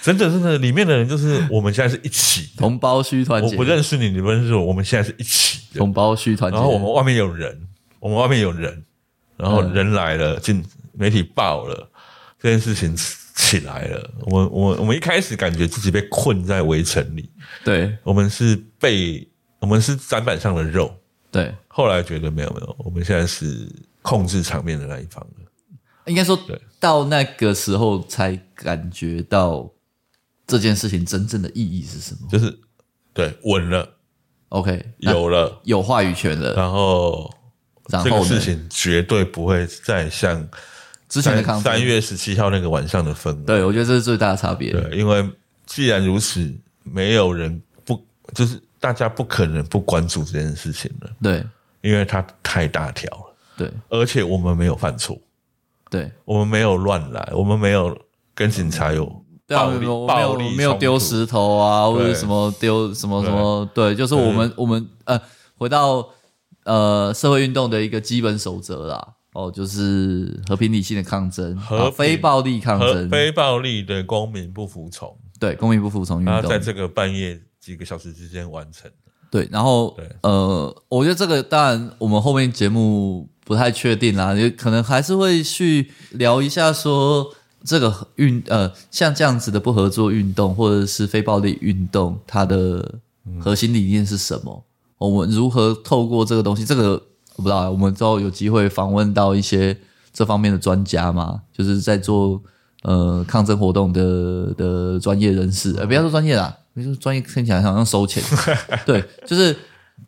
Speaker 2: 真的真的，里面的人就是我们现在是一起 的，
Speaker 1: 同胞需团
Speaker 2: 我
Speaker 1: 结
Speaker 2: 不，认识你，你不认识我，我们现在是一起的，
Speaker 1: 同胞需团结，
Speaker 2: 然后我们外面有人，我们外面有人，然后
Speaker 1: 嗯
Speaker 2: 人来了，进媒体爆了，这件事情起来了，我们我们我们一开始感觉自己被困在围城里，
Speaker 1: 对
Speaker 2: 我们是被我们是砧板上的肉，
Speaker 1: 对，
Speaker 2: 后来觉得没有没有，我们现在是控制场面的那一方了。
Speaker 1: 应该说
Speaker 2: 对
Speaker 1: 到那个时候才感觉到这件事情真正的意义是什么。
Speaker 2: 就是对稳了，
Speaker 1: OK，那
Speaker 2: 有了，
Speaker 1: 有话语权了，
Speaker 2: 然后
Speaker 1: 啊然
Speaker 2: 这
Speaker 1: 后呢
Speaker 2: 个事？情绝对不会再像
Speaker 1: 之前的
Speaker 2: 三
Speaker 1: 抗争
Speaker 2: 三月十七号那个晚上的氛围。
Speaker 1: 对，我觉得这是最大的差别。
Speaker 2: 对，
Speaker 1: 嗯
Speaker 2: 因为既然如此，没有人不就是大家不可能不关注这件事情了，
Speaker 1: 对
Speaker 2: 因为它太大条了，
Speaker 1: 对
Speaker 2: 而且我们没有犯错，
Speaker 1: 对
Speaker 2: 我们没有乱来，我们没有跟警察有
Speaker 1: 对啊，
Speaker 2: 暴
Speaker 1: 我没
Speaker 2: 力，
Speaker 1: 有
Speaker 2: 暴
Speaker 1: 没有
Speaker 2: 力
Speaker 1: 没有
Speaker 2: 冲
Speaker 1: 丢
Speaker 2: 突
Speaker 1: 石头啊，或者
Speaker 2: 对
Speaker 1: 什么丢什么什么，对，就是我们我们呃，回到呃社会运动的一个基本守则啦。哦，就是和平理性的抗争，
Speaker 2: 和
Speaker 1: 啊非
Speaker 2: 平
Speaker 1: 暴力抗
Speaker 2: 和
Speaker 1: 争，
Speaker 2: 非暴力的公民不服从，
Speaker 1: 对公民不服从运
Speaker 2: 然后
Speaker 1: 动
Speaker 2: 在，这个半夜几个小时之间完成。
Speaker 1: 对，然后
Speaker 2: 对
Speaker 1: 呃，我觉得这个当然我们后面节目不太确定啦，也可能还是会去聊一下说这个运呃像这样子的不合作运动或者是非暴力运动，它的核心理念是什么？我们如何透过这个东西？这个我不知道啊，我们之后有机会访问到一些这方面的专家嘛，就是在做呃抗争活动的的专业人士，呃，不要说专业啦，你说专业听起来好像收钱， 对，就是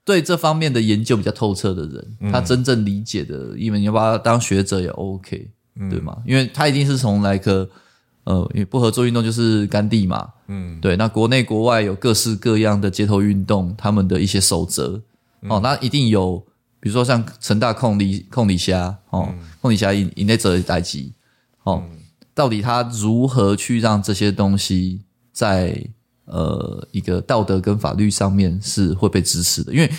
Speaker 1: 对这方面的研究比较透彻的人，他真正理解的，因为你要把他当学者也 OK，、对吗？因为他一定是从来个呃，因为不合作运动就是甘地嘛，
Speaker 2: 嗯，
Speaker 1: 对，那国内国外有各式各样的街头运动，他们的一些守则哦，那一定有，比如说像成大控里控里虾哦，控里虾以以内者代级哦，到底他如何去让这些东西在呃一个道德跟法律上面是会被支持的？因为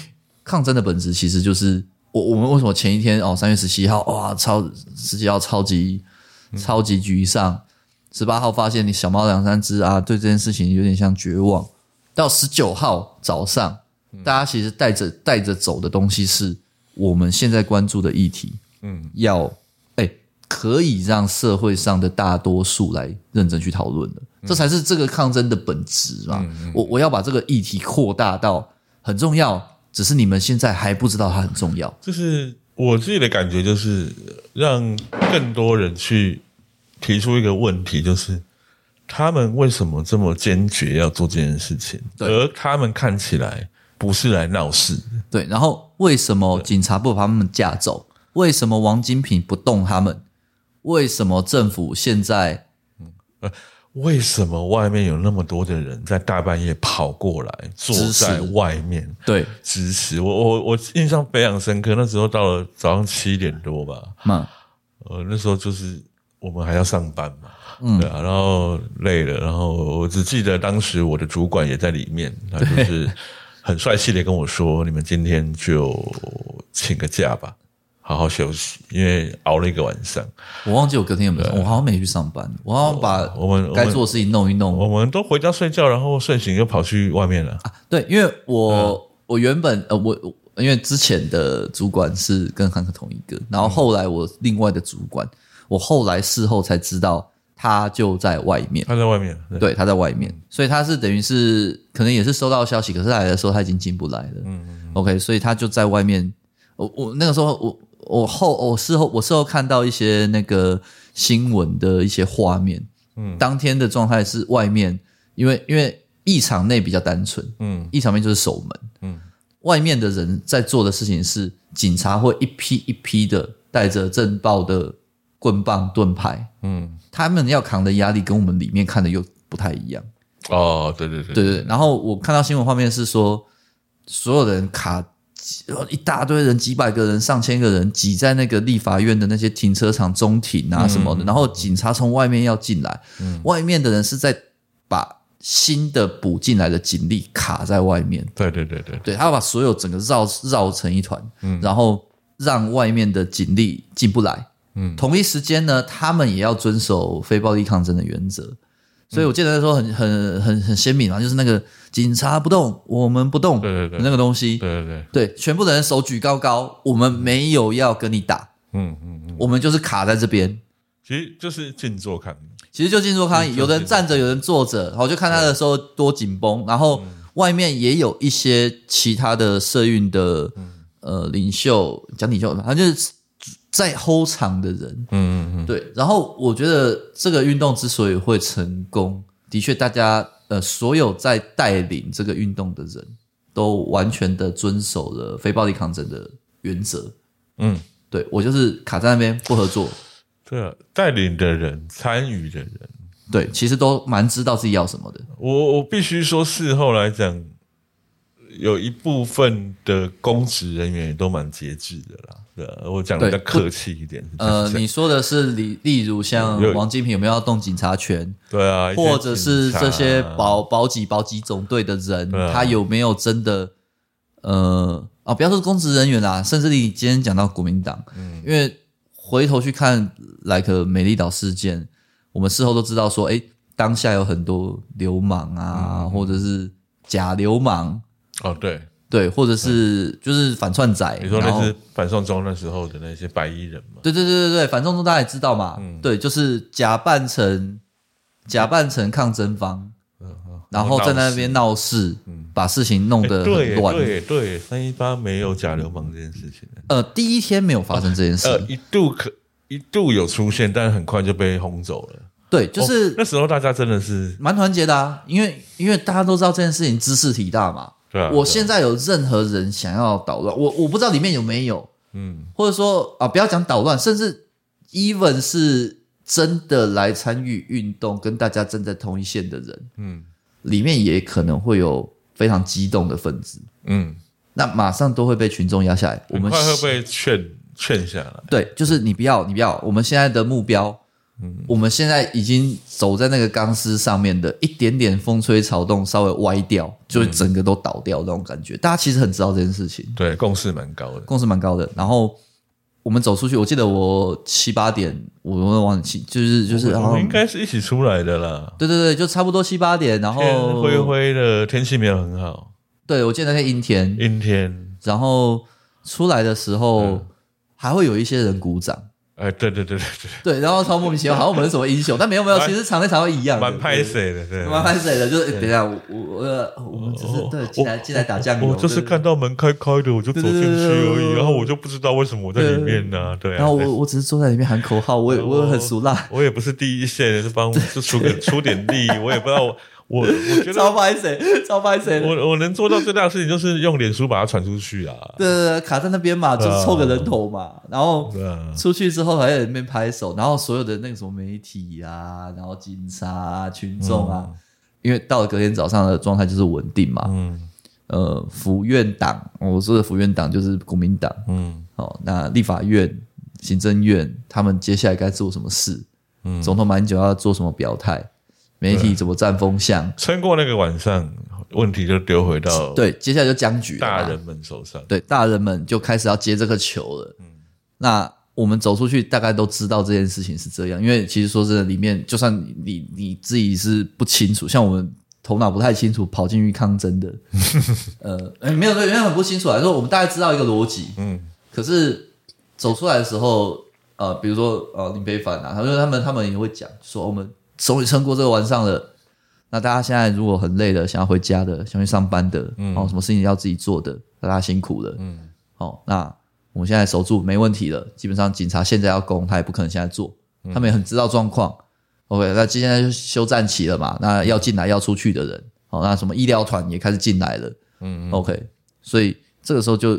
Speaker 1: 抗争的本质其实就是我我们为什么前一天哦三月十七号哇超十七号超级超级沮丧。十八号发现你小猫两三只啊，对这件事情有点像绝望。到十九号早上，大家其实带着带着走的东西是我们现在关注的议题，嗯，要哎、可以让社会上的大多数来认真去讨论的，这才是这个抗争的本质嘛。我我要把这个议题扩大到很重要，只是你们现在还不知道它很重要。
Speaker 2: 就是我自己的感觉，就是让更多人去提出一个问题，就是他们为什么这么坚决要做这件事情，
Speaker 1: 对
Speaker 2: 而他们看起来不是来闹事的，
Speaker 1: 对，然后为什么警察不把他们架走？为什么王金平不动他们？为什么政府现在
Speaker 2: 为什么外面有那么多的人在大半夜跑过来，坐
Speaker 1: 支持
Speaker 2: 在外面
Speaker 1: 对？
Speaker 2: 支持？我我我印象非常深刻，那时候到了早上七点多吧，
Speaker 1: 嗯，
Speaker 2: 呃，那时候就是我们还要上班嘛，对啊，然后累了，然后我只记得当时我的主管也在里面，他就是很帅气的跟我说：“你们今天就请个假吧，好好休息，因为熬了一个晚上。
Speaker 1: 我忘记我隔天有没有上，我好像没去上班，我好像把
Speaker 2: 我们我们
Speaker 1: 该做的事情弄一弄。
Speaker 2: 我们都回家睡觉，然后睡醒又跑去外面了。
Speaker 1: 对，因为我我原本呃我。我因为之前的主管是跟汉克同一个，
Speaker 2: 嗯
Speaker 1: 然后后来我另外的主管，我后来事后才知道他就在外面，
Speaker 2: 他在外面，对
Speaker 1: 对，他在外面，所以他是等于是可能也是收到消息，可是来的时候他已经进不来了。嗯 o k 所以他就在外面。我我那个时候我我后我事后我事后看到一些那个新闻的一些画面，嗯，当天的状态是外面，因为因为一场内比较单纯，
Speaker 2: 嗯
Speaker 1: 一场面就是守门，
Speaker 2: 嗯
Speaker 1: 外面的人在做的事情是，警察会一批一批的带着震爆的棍棒盾牌，
Speaker 2: 嗯，
Speaker 1: 他们要扛的压力跟我们里面看的又不太一样。
Speaker 2: 哦，对对对
Speaker 1: 对对。对然后我看到新闻画面是说，所有人卡一大堆人，几百个人、上千个人挤在那个立法院的那些停车场中庭啊什么的，然后警察从外面要进来，外面的人是在把新的补进来的警力卡在外面。
Speaker 2: 对对对对，
Speaker 1: 对，他要把所有整个绕绕成一团，
Speaker 2: 嗯
Speaker 1: 然后让外面的警力进不来。嗯，同一时间呢，他们也要遵守非暴力抗争的原则。所以我记得那时候很很很很鲜明啊，就是那个警察不动，我们不动，
Speaker 2: 对对对
Speaker 1: 那个东西，
Speaker 2: 对对对，
Speaker 1: 对，全部的人手举高高，我们没有要跟你打，
Speaker 2: 嗯嗯嗯，
Speaker 1: 我们就是卡在这边。
Speaker 2: 其实就是静坐看，
Speaker 1: 其实就静坐抗议，有的人站着，有人坐着，然后就看他的时候多紧绷。然后外面也有一些其他的社运的呃领袖，讲领袖，反正就是在 hold 场的人。
Speaker 2: 嗯嗯嗯，
Speaker 1: 对，然后我觉得这个运动之所以会成功，的确大家呃所有在带领这个运动的人都完全的遵守了非暴力抗争的原则。
Speaker 2: 嗯，
Speaker 1: 对我就是卡在那边不合作，
Speaker 2: 对啊，带领的人、参与的人，
Speaker 1: 对，其实都蛮知道自己要什么的。
Speaker 2: 我我必须说，事后来讲，有一部分的公职人员也都蛮节制的啦。对啊，我讲的比较
Speaker 1: 对不
Speaker 2: 客气一点。
Speaker 1: 呃，
Speaker 2: 就是这样
Speaker 1: 你说的是例例如像
Speaker 2: 有
Speaker 1: 王金平有没有要动警察权，
Speaker 2: 对啊，一些
Speaker 1: 或者是这些
Speaker 2: 警察啊
Speaker 1: 保保几保几总队的人，
Speaker 2: 对啊
Speaker 1: 他有没有真的呃啊、不要说公职人员啦，甚至你今天讲到国民党，
Speaker 2: 嗯
Speaker 1: 因为回头去看莱克美丽岛事件，我们事后都知道说，哎，当下有很多流氓啊，
Speaker 2: 嗯
Speaker 1: 或者是假流氓，
Speaker 2: 哦，对，
Speaker 1: 对，或者是就是反串仔，
Speaker 2: 你说
Speaker 1: 然后
Speaker 2: 那是反送中那时候的那些白衣人嘛？
Speaker 1: 对对对对对，反送中大家也知道嘛，
Speaker 2: 嗯
Speaker 1: 对，就是假扮成假扮成抗争方，嗯然后在那边闹事，把事情弄
Speaker 2: 哎
Speaker 1: 得
Speaker 2: 对
Speaker 1: 很
Speaker 2: 耶
Speaker 1: 乱。
Speaker 2: 对耶对耶，三一八没有假流氓这件事情。
Speaker 1: 呃，第一天没有发生这件事，
Speaker 2: 呃，一度可一度有出现，但很快就被轰走了。
Speaker 1: 对，就是
Speaker 2: 哦那时候大家真的是
Speaker 1: 蛮团结的啊，因为因为大家都知道这件事情知识体大嘛。
Speaker 2: 对啊，
Speaker 1: 我
Speaker 2: 对啊
Speaker 1: 现在有任何人想要捣乱，我我不知道里面有没有，
Speaker 2: 嗯
Speaker 1: 或者说啊，不要讲捣乱，甚至 even 是真的来参与运动，跟大家站在同一线的人，
Speaker 2: 嗯
Speaker 1: 里面也可能会有非常激动的分子，
Speaker 2: 嗯，
Speaker 1: 那马上都会被群众压下来。我
Speaker 2: 很
Speaker 1: 们
Speaker 2: 快会被劝劝下来。
Speaker 1: 对，就是你不要，你不要，我们现在的目标，
Speaker 2: 嗯
Speaker 1: 我们现在已经走在那个钢丝上面的，一点点风吹草动，稍微歪掉，就会整个都倒掉那种感觉。大家其实很知道这件事情，
Speaker 2: 对，共识蛮高的。
Speaker 1: 共识蛮高的。然后我们走出去，我记得我七八点，我我忘记，就是就是，然
Speaker 2: 我
Speaker 1: 后
Speaker 2: 们应该是一起出来的啦。
Speaker 1: 对对对，就差不多七八点，然
Speaker 2: 天
Speaker 1: 后
Speaker 2: 灰灰的，天气没有很好，
Speaker 1: 对我记得那天阴天，
Speaker 2: 阴天。
Speaker 1: 然后出来的时候、
Speaker 2: 嗯
Speaker 1: 还会有一些人鼓掌，
Speaker 2: 哎，对对对对对，
Speaker 1: 对，然后超莫名其妙，好像我们是什么英雄，但没有没有，
Speaker 2: 蛮
Speaker 1: 其实场内场外一样的，
Speaker 2: 蛮拍谁的，对。
Speaker 1: 蛮拍谁的，就是等一下我我呃我们只是
Speaker 2: 哦
Speaker 1: 对
Speaker 2: 我
Speaker 1: 进来进来打酱油，
Speaker 2: 我就是看到门开开的，我就走进去而已，然后我就不知道为什么我在里面呢。对啊，哦
Speaker 1: 然后我我只是坐在里面喊口号，我也我也很俗辣，
Speaker 2: 我也不是第一线，是帮是出个出点力，我也不知道我我我觉
Speaker 1: 超
Speaker 2: 得
Speaker 1: 拍谁超拍谁的，
Speaker 2: 我我能做到最大的事情就是用脸书把它传出去啊，
Speaker 1: 对对对，卡在那边嘛，就是凑个人头嘛，然后。
Speaker 2: 对啊，
Speaker 1: 出去之后还在里面拍手，然后所有的那个什么媒体啊，然后警察啊、群众啊，因为到了隔天早上的状态就是稳定嘛，
Speaker 2: 嗯
Speaker 1: 呃，府院党，哦我说的府院党就是国民党，
Speaker 2: 嗯
Speaker 1: 哦，那立法院、行政院他们接下来该做什么事？
Speaker 2: 嗯，
Speaker 1: 总统马英九要做什么表态？媒体怎么站风向？
Speaker 2: 撑过那个晚上，问题就丢回到
Speaker 1: 对，接下来就僵局了嘛
Speaker 2: 大人们手上，
Speaker 1: 对大人们就开始要接这个球了。那我们走出去，大概都知道这件事情是这样，因为其实说真的，里面就算你你你自己是不清楚，像我们头脑不太清楚，跑进去抗争的，呃，哎没有对，没有很不清楚来说，我们大概知道一个逻辑，
Speaker 2: 嗯
Speaker 1: 可是走出来的时候，呃，比如说呃林北凡啊，他说他们他们也会讲说我们终于撑过这个晚上了。那大家现在如果很累的，想要回家的，想去上班的，哦，什么事情要自己做的，大家辛苦了，
Speaker 2: 嗯
Speaker 1: 哦，那我们现在守住没问题了。基本上警察现在要攻，他也不可能现在做，
Speaker 2: 嗯
Speaker 1: 他们也很知道状况。OK，那现在就休战期了嘛，那要进来要出去的人，哦，那什么医疗团也开始进来了。
Speaker 2: 嗯
Speaker 1: OK，所以这个时候就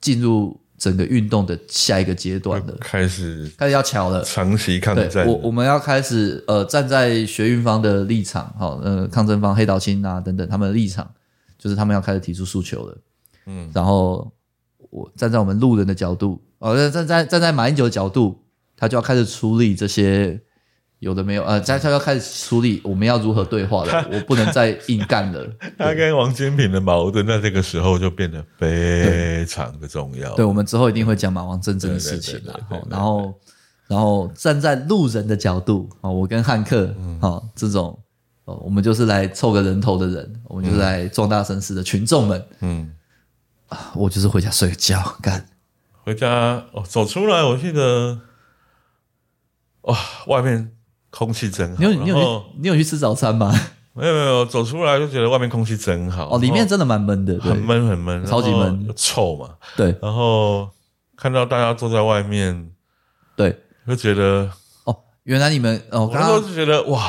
Speaker 1: 进入整个运动的下一个阶段 了，
Speaker 2: 开始
Speaker 1: 开始要巧了。
Speaker 2: 长期抗
Speaker 1: 对
Speaker 2: 战，
Speaker 1: 我，我们要开始呃，站在学运方的立场，好、呃，抗争方、黑岛青啊等等他们的立场，就是他们要开始提出诉求了。
Speaker 2: 嗯，
Speaker 1: 然后我站在我们路人的角度，哦，站站在站在马英九的角度，他就要开始处理这些有的没有，呃，他他要开始处理我们要如何对话了，我不能再硬干了。
Speaker 2: 他跟王金平的矛盾在这个时候就变得非常的重要，
Speaker 1: 对，我们之后一定会讲马王争这个事情啦。
Speaker 2: 哦对对对对对
Speaker 1: 齁
Speaker 2: 对
Speaker 1: 然后，然后站在路人的角度啊，齁我跟汉克
Speaker 2: 嗯
Speaker 1: 啊这种，哦，我们就是来凑个人头的人，我们就是来壮大声势的群众 们，
Speaker 2: 嗯。
Speaker 1: 我就是回家睡觉干。
Speaker 2: 回家哦，走出来，我记得哇、外面空气真好。
Speaker 1: 你有你有
Speaker 2: 然
Speaker 1: 去
Speaker 2: 后
Speaker 1: 你有去吃早餐吗？
Speaker 2: 没有没有走出来就觉得外面空气真好
Speaker 1: 哦，里面
Speaker 2: 然后
Speaker 1: 真的蛮闷的，
Speaker 2: 很
Speaker 1: 对
Speaker 2: 闷很闷，
Speaker 1: 超级
Speaker 2: 然后
Speaker 1: 闷
Speaker 2: 又臭嘛。
Speaker 1: 对
Speaker 2: 然后看到大家坐在外面，
Speaker 1: 对。
Speaker 2: 就觉得
Speaker 1: 哦，原来你们哦，
Speaker 2: 我
Speaker 1: 刚
Speaker 2: 那时候
Speaker 1: 刚
Speaker 2: 就觉得哇，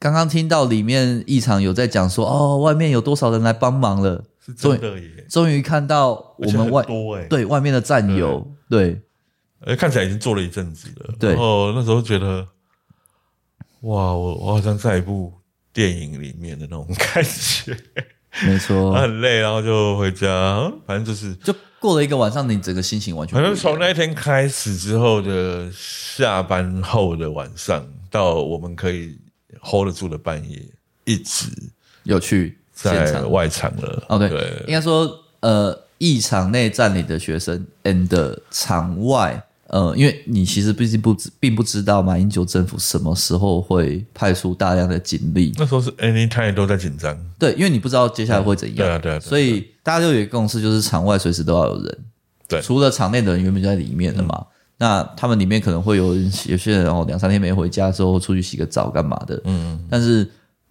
Speaker 1: 刚刚听到里面异常有在讲说，哦，外面有多少人来帮忙了，
Speaker 2: 是真的耶，
Speaker 1: 终于看到我
Speaker 2: 而且
Speaker 1: 们
Speaker 2: 很
Speaker 1: 外
Speaker 2: 多哎，
Speaker 1: 对外面的战友，对，
Speaker 2: 呃，看起来已经做了一阵子了。
Speaker 1: 对
Speaker 2: 然后那时候觉得，哇，我我好像在一部电影里面的那种 感觉，
Speaker 1: 嗯没错，
Speaker 2: 很累，然后就回家，嗯反正就是，
Speaker 1: 就过了一个晚上，你整个心情完全
Speaker 2: 反
Speaker 1: 不一
Speaker 2: 正
Speaker 1: 样
Speaker 2: 从那一天开始之后的下班后的晚上，到我们可以 hold 得住的半夜，一直
Speaker 1: 有趣。现
Speaker 2: 在
Speaker 1: 场
Speaker 2: 外场了。
Speaker 1: 哦，对，
Speaker 2: 对
Speaker 1: 应该说呃，一场内占领的学生，and 场外。呃，因为你其实毕竟不知，并不知道马英九政府什么时候会派出大量的警力，
Speaker 2: 那时候是 anytime 都在紧张，
Speaker 1: 对，因为你不知道接下来会怎样，
Speaker 2: 对啊对啊对啊
Speaker 1: 所以大家就有一个共识，就是场外随时都要有人，
Speaker 2: 对嗯
Speaker 1: 除了场内的人原本就在里面的嘛，那他们里面可能会有人有些人哦两三天没回家之后出去洗个澡干嘛的，嗯，但是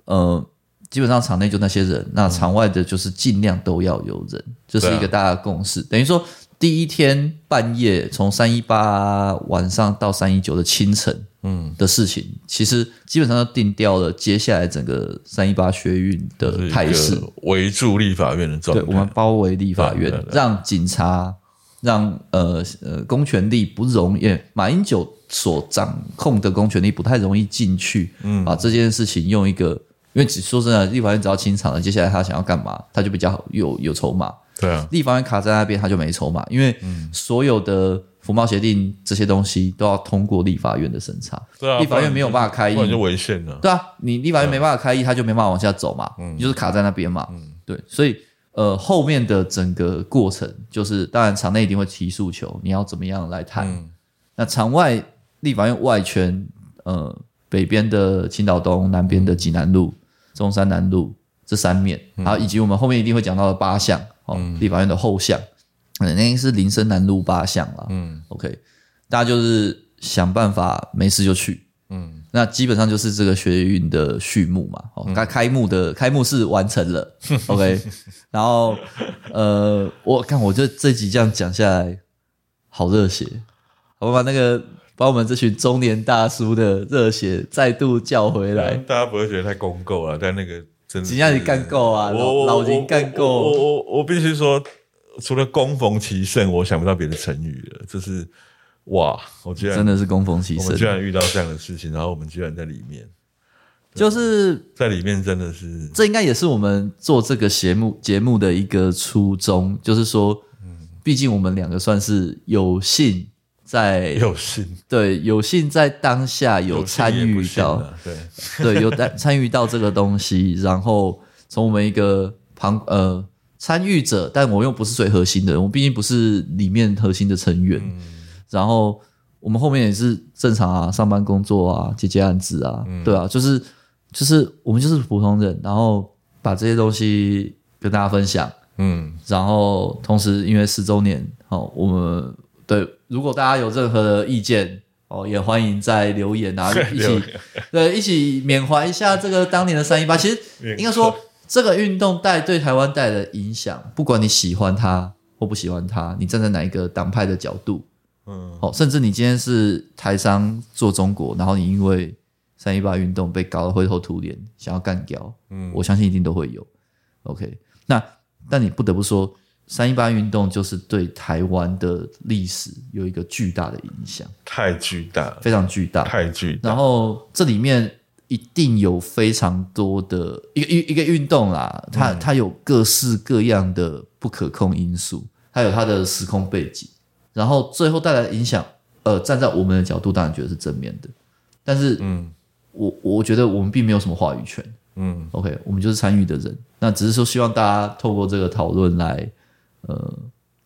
Speaker 1: 呃，基本上场内就那些人，那场外的就是尽量都要有人，这、是一个
Speaker 2: 嗯对啊
Speaker 1: 大家的共识，等于说。第一天半夜，从三一八晚上到三一九的清晨，的事情，其实基本上都定掉了接下来整个三一八学运的态
Speaker 2: 是
Speaker 1: 势
Speaker 2: 一。个围住立法院的状
Speaker 1: 对，
Speaker 2: 态。
Speaker 1: 我们包围立法院
Speaker 2: 对对，对
Speaker 1: 让警察、让呃呃公权力不容易，马英九所掌控的公权力不太容易进去。嗯，把这件事情用一个，因为只说真的，立法院只要清场了，接下来他想要干嘛，他就比较有有筹码。
Speaker 2: 对啊，
Speaker 1: 立法院卡在那边，他就没筹码，因为
Speaker 2: 嗯
Speaker 1: 所有的服贸协定这些东西都要通过立法院的审查。
Speaker 2: 对啊，
Speaker 1: 立法院没有办法开议
Speaker 2: 不然就违宪了。
Speaker 1: 对啊，你立法院没办法开议，他就没办法往下走嘛，
Speaker 2: 嗯
Speaker 1: 你就是卡在那边嘛。对，所以呃，后面的整个过程就是，当然场内一定会提诉求，你要怎么样来谈。
Speaker 2: 嗯
Speaker 1: 那场外立法院外圈，呃，北边的青岛东，南边的济南路、中山南路这三面，
Speaker 2: 嗯
Speaker 1: 还有以及我们后面一定会讲到的八项哦，立法院的后项，嗯，那应该是林森南路八项啦。
Speaker 2: 嗯
Speaker 1: OK，大家就是想办法，没事就去。
Speaker 2: 嗯，
Speaker 1: 那基本上就是这个学运的序幕嘛，哦，它开幕的开幕式完成 了，OK，然后呃，我看我这这集这样讲下来，好热血，我把那个把我们这群中年大叔的热血再度叫回来，
Speaker 2: 大家不会觉得太公够啊了，但那个真的
Speaker 1: 怎样你干够啊，老
Speaker 2: 我
Speaker 1: 老金干
Speaker 2: 我我
Speaker 1: 够，
Speaker 2: 我我我必须说，除了攻逢其胜，我想不到别的成语了。就是哇，我居然
Speaker 1: 真的是攻逢其
Speaker 2: 我
Speaker 1: 胜
Speaker 2: 们，居然遇到这样的事情，然后我们居然在里面，
Speaker 1: 就是
Speaker 2: 在里面真的是
Speaker 1: 这应该也是我们做这个节目节目的一个初衷，就是说，毕竟我们两个算是有幸在
Speaker 2: 有幸
Speaker 1: 对有幸在当下有
Speaker 2: 幸也
Speaker 1: 参
Speaker 2: 不
Speaker 1: 与
Speaker 2: 幸
Speaker 1: 到，
Speaker 2: 啊对，
Speaker 1: 对有参参与到这个东西，然后从我们一个旁呃参与者，但我又不是最核心的人，我毕竟不是里面核心的成员，然后我们后面也是正常啊，上班工作啊，接接案子啊，对啊，就是就是我们就是普通人，然后把这些东西跟大家分享，
Speaker 2: 嗯，
Speaker 1: 然后同时因为十周年，哦，我们对，如果大家有任何的意见。哦，也欢迎在留言啊，一
Speaker 2: 留
Speaker 1: 起对一起缅怀一下这个当年的三一八。其实应该说，这个运动带对台湾带来的影响，不管你喜欢它或不喜欢它，你站在哪一个党派的角度，
Speaker 2: 嗯
Speaker 1: 哦，甚至你今天是台商做中国，然后你因为三一八运动被搞得灰头土脸，想要干掉，
Speaker 2: 嗯
Speaker 1: 我相信一定都会有。OK，那但你不得不说，三一八运动就是对台湾的历史有一个巨大的影响，
Speaker 2: 太巨大了，
Speaker 1: 非常巨大。
Speaker 2: 太巨大
Speaker 1: 然
Speaker 2: 了。
Speaker 1: 后这里面一定有非常多的一个一一个运动啦，它它有各式各样的不可控因素，它有它的时空背景，然后最后带来的影响，呃，站在我们的角度，当然觉得是正面的，但是
Speaker 2: 嗯
Speaker 1: 我我觉得我们并没有什么话语权。
Speaker 2: 嗯
Speaker 1: OK，我们就是参与的人，那只是说希望大家透过这个讨论来，呃，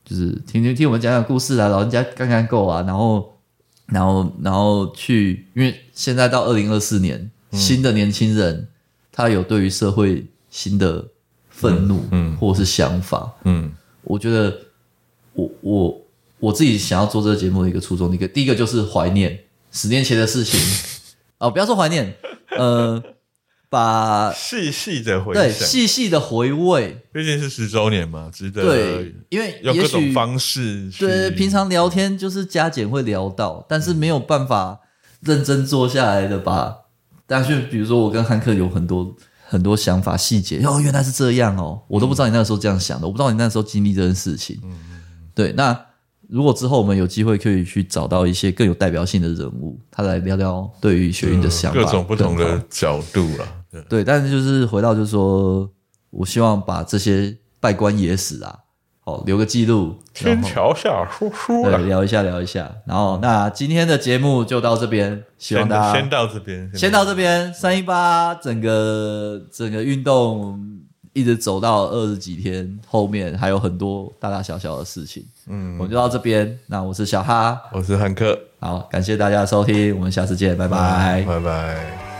Speaker 1: 就是听听听我们讲讲故事啊，老人家刚刚够啊，然后然后然后去，因为现在到二零二四年，
Speaker 2: 嗯
Speaker 1: 新的年轻人他有对于社会新的愤怒，
Speaker 2: 嗯嗯
Speaker 1: 或是想法，
Speaker 2: 嗯
Speaker 1: 我觉得我我我自己想要做这个节目的一个初衷，一个第一个就是怀念十年前的事 情啊、不要说怀念，呃，把
Speaker 2: 细细的回
Speaker 1: 对，
Speaker 2: 想，
Speaker 1: 细细的回味，
Speaker 2: 毕竟是十周年嘛，值得
Speaker 1: 对，因为
Speaker 2: 有各
Speaker 1: 也
Speaker 2: 种
Speaker 1: 许
Speaker 2: 方式去
Speaker 1: 对平常聊天就是加减会聊到，但是没有办法认真坐下来的吧。但是比如说我跟汉克有很多很多想法细节，哦，原来
Speaker 2: 嗯
Speaker 1: 是这样哦，我都不知道你那个时候这样想的，我不知道你那时候经历这件事情。对，那如果之后我们有机会可以去找到一些更有代表性的人物，他来聊聊对于学运的想法，
Speaker 2: 嗯各种不同
Speaker 1: 更
Speaker 2: 的
Speaker 1: 好。
Speaker 2: 角度啦。对
Speaker 1: 对，但是就是回到就是说，我希望把这些拜官野史啊，哦，留个记录，然
Speaker 2: 天
Speaker 1: 后
Speaker 2: 桥下说书
Speaker 1: 对
Speaker 2: 啦，
Speaker 1: 聊一下聊一下。然后那今天的节目就到这边，希望
Speaker 2: 先
Speaker 1: 大家
Speaker 2: 先到这边，
Speaker 1: 先到这边，三一八整个整个运动一直走到二十几天，后面还有很多大大小小的事情，
Speaker 2: 嗯
Speaker 1: 我们就到这边。那我是小哈，
Speaker 2: 我是汉克，
Speaker 1: 好，感谢大家的收听，我们下次见，拜拜
Speaker 2: 拜拜。